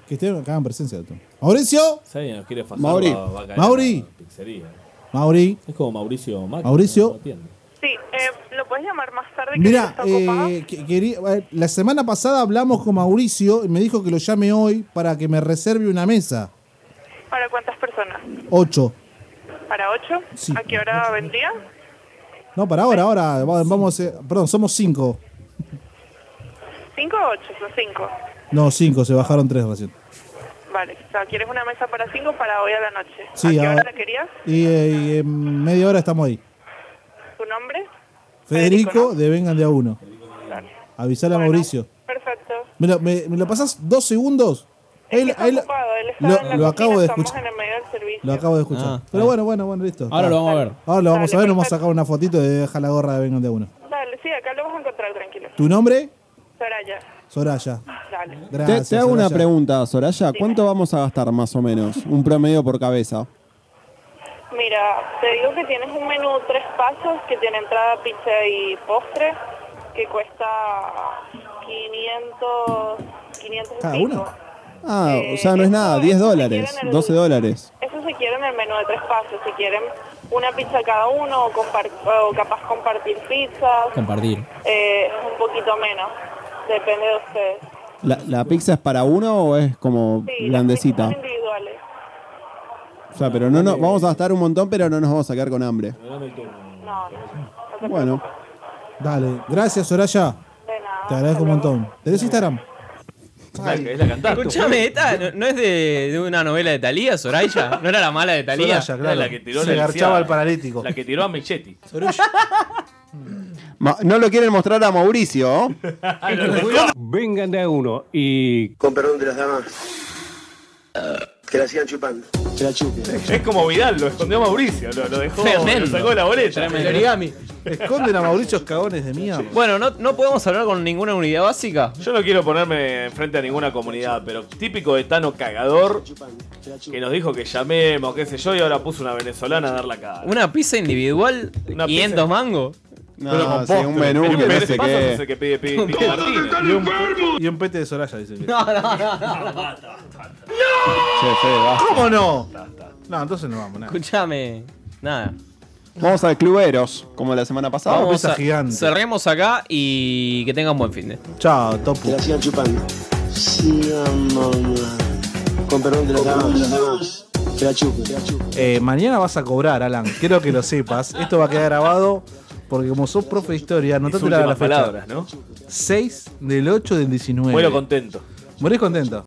Speaker 9: Que estén acá en presencia. tú. Mauricio.
Speaker 3: ¿Sabes quién nos quiere fajar
Speaker 9: Mauri.
Speaker 3: la vaca
Speaker 9: Mauri.
Speaker 3: en la pizzería?
Speaker 9: Mauri.
Speaker 3: Es como Mauricio Macri,
Speaker 9: Mauricio.
Speaker 3: no atiende.
Speaker 24: Sí, eh, lo puedes llamar más tarde. que
Speaker 9: Mira,
Speaker 24: está ocupado?
Speaker 9: eh, la semana pasada hablamos con Mauricio y me dijo que lo llame hoy para que me reserve una mesa.
Speaker 24: ¿Para cuántas personas?
Speaker 9: Ocho.
Speaker 24: ¿Para ocho?
Speaker 9: Sí.
Speaker 24: ¿A qué hora vendría?
Speaker 9: No, para ahora, ahora. va- Vamos, eh, perdón, somos cinco.
Speaker 24: ¿Cinco o ocho? Son cinco.
Speaker 9: No, cinco, se bajaron tres recién.
Speaker 24: Vale, o sea, ¿quieres una mesa para cinco para hoy a la noche?
Speaker 9: Sí,
Speaker 24: ¿A qué
Speaker 9: ahora-
Speaker 24: hora la querías?
Speaker 9: Y, eh, y en media hora estamos ahí.
Speaker 24: ¿Tu nombre?
Speaker 9: Federico, de Vengan de a uno.
Speaker 24: Dale.
Speaker 9: Avisale a Mauricio.
Speaker 24: Perfecto.
Speaker 9: ¿Me lo, me, me lo pasás dos segundos?
Speaker 24: Él,
Speaker 9: Él-
Speaker 24: está
Speaker 9: él-
Speaker 24: ocupado, él está
Speaker 9: lo-
Speaker 24: en la
Speaker 9: lo acabo de
Speaker 24: estamos
Speaker 9: escuchar.
Speaker 24: en el medio del servicio.
Speaker 9: Lo acabo de escuchar.
Speaker 5: Ah,
Speaker 9: Pero
Speaker 5: ah.
Speaker 9: bueno, bueno, bueno, listo.
Speaker 5: Ahora lo vamos a ver.
Speaker 9: Ahora lo vamos a ver, nos vamos a sacar una fotito de dejar la gorra de Vengan de a uno.
Speaker 24: Dale, sí, acá lo vas a encontrar tranquilo.
Speaker 9: ¿Tu nombre?
Speaker 24: Soraya.
Speaker 9: Soraya.
Speaker 24: Dale.
Speaker 11: Te,
Speaker 9: Gracias,
Speaker 11: te hago una
Speaker 9: Soraya.
Speaker 11: pregunta, Soraya. ¿Cuánto vamos a gastar más o menos? Un promedio por cabeza.
Speaker 24: Mira, te digo que tienes un menú tres pasos que tiene entrada, pizza y postre que cuesta 500, 500 y
Speaker 11: ¿Cada
Speaker 24: pico.
Speaker 11: uno? Ah, o sea, no es nada, 10 dólares, 12 dólares.
Speaker 24: Eso se quiere en el menú de tres pasos, si quieren una pizza cada uno o, compar- o capaz compartir pizzas,
Speaker 11: Compartir.
Speaker 24: eh, un poquito menos, depende de ustedes.
Speaker 11: ¿La, la pizza es para uno o es como
Speaker 24: Sí, las
Speaker 11: grandecita?
Speaker 24: pizzas son individuales.
Speaker 11: O sea, pero no, no, vamos a gastar un montón, pero no nos vamos a quedar con hambre.
Speaker 24: No, no.
Speaker 11: Bueno.
Speaker 9: Dale, gracias Soraya. Te agradezco un montón. ¿Tenés Instagram?
Speaker 2: Es la cantante. Escúchame, esta no, no es de, de una novela de Talía, Soraya. No era la mala de Talía.
Speaker 3: Soraya, claro. La que tiró
Speaker 9: Se
Speaker 3: la
Speaker 9: garchaba
Speaker 3: lisiada.
Speaker 9: al paralítico.
Speaker 3: La que tiró a Michetti.
Speaker 11: Ma- no lo quieren mostrar a Mauricio. ¿oh?
Speaker 6: Vengan de a uno y. Con perdón de las damas. Que la sigan chupando. Que la chupen.
Speaker 3: Es como Vidal, lo escondió Mauricio, lo, lo dejó,
Speaker 2: Tremendo.
Speaker 3: lo sacó de la boleta.
Speaker 2: Tremendo. El origami.
Speaker 9: Esconden a Mauricio cagones de mierda.
Speaker 2: Bueno, no, no podemos hablar con ninguna unidad básica.
Speaker 3: Yo no quiero ponerme enfrente a ninguna comunidad, pero típico de Tano cagador que nos dijo que llamemos, qué sé yo, y ahora puso una venezolana a dar la cara.
Speaker 2: Una pizza individual, 500 mangos.
Speaker 11: No,
Speaker 3: (laughs) Pero con sí, postre. un menú
Speaker 2: Pero
Speaker 3: que no
Speaker 2: Pérez
Speaker 3: sé
Speaker 2: Pasos
Speaker 3: qué.
Speaker 2: es el que
Speaker 3: pide
Speaker 2: pide Pico Martínez.
Speaker 9: Y un, y un pete de Soraya, dice.
Speaker 2: No, no, no.
Speaker 11: Che, Fede, basta.
Speaker 9: ¿Cómo no? No, entonces no vamos, nada.
Speaker 2: Escúchame. Nada.
Speaker 11: Vamos al Club Eros, como la semana pasada.
Speaker 2: a- Cerremos acá y que tengan buen fin de.
Speaker 9: Chao, topo.
Speaker 6: Que la sigan chupando. Sigan mamando. Con perdón de las damas. Que la chupen. Que la chupen.
Speaker 9: Eh, mañana vas a cobrar, Alan. Quiero que lo sepas. Esto va a quedar grabado porque como sos profe de historia,
Speaker 3: Sus
Speaker 9: anotate la,
Speaker 3: últimas
Speaker 9: la fecha.
Speaker 3: palabras, ¿no?
Speaker 9: 6 del 8 del 19.
Speaker 3: Muero contento.
Speaker 9: Morís contento.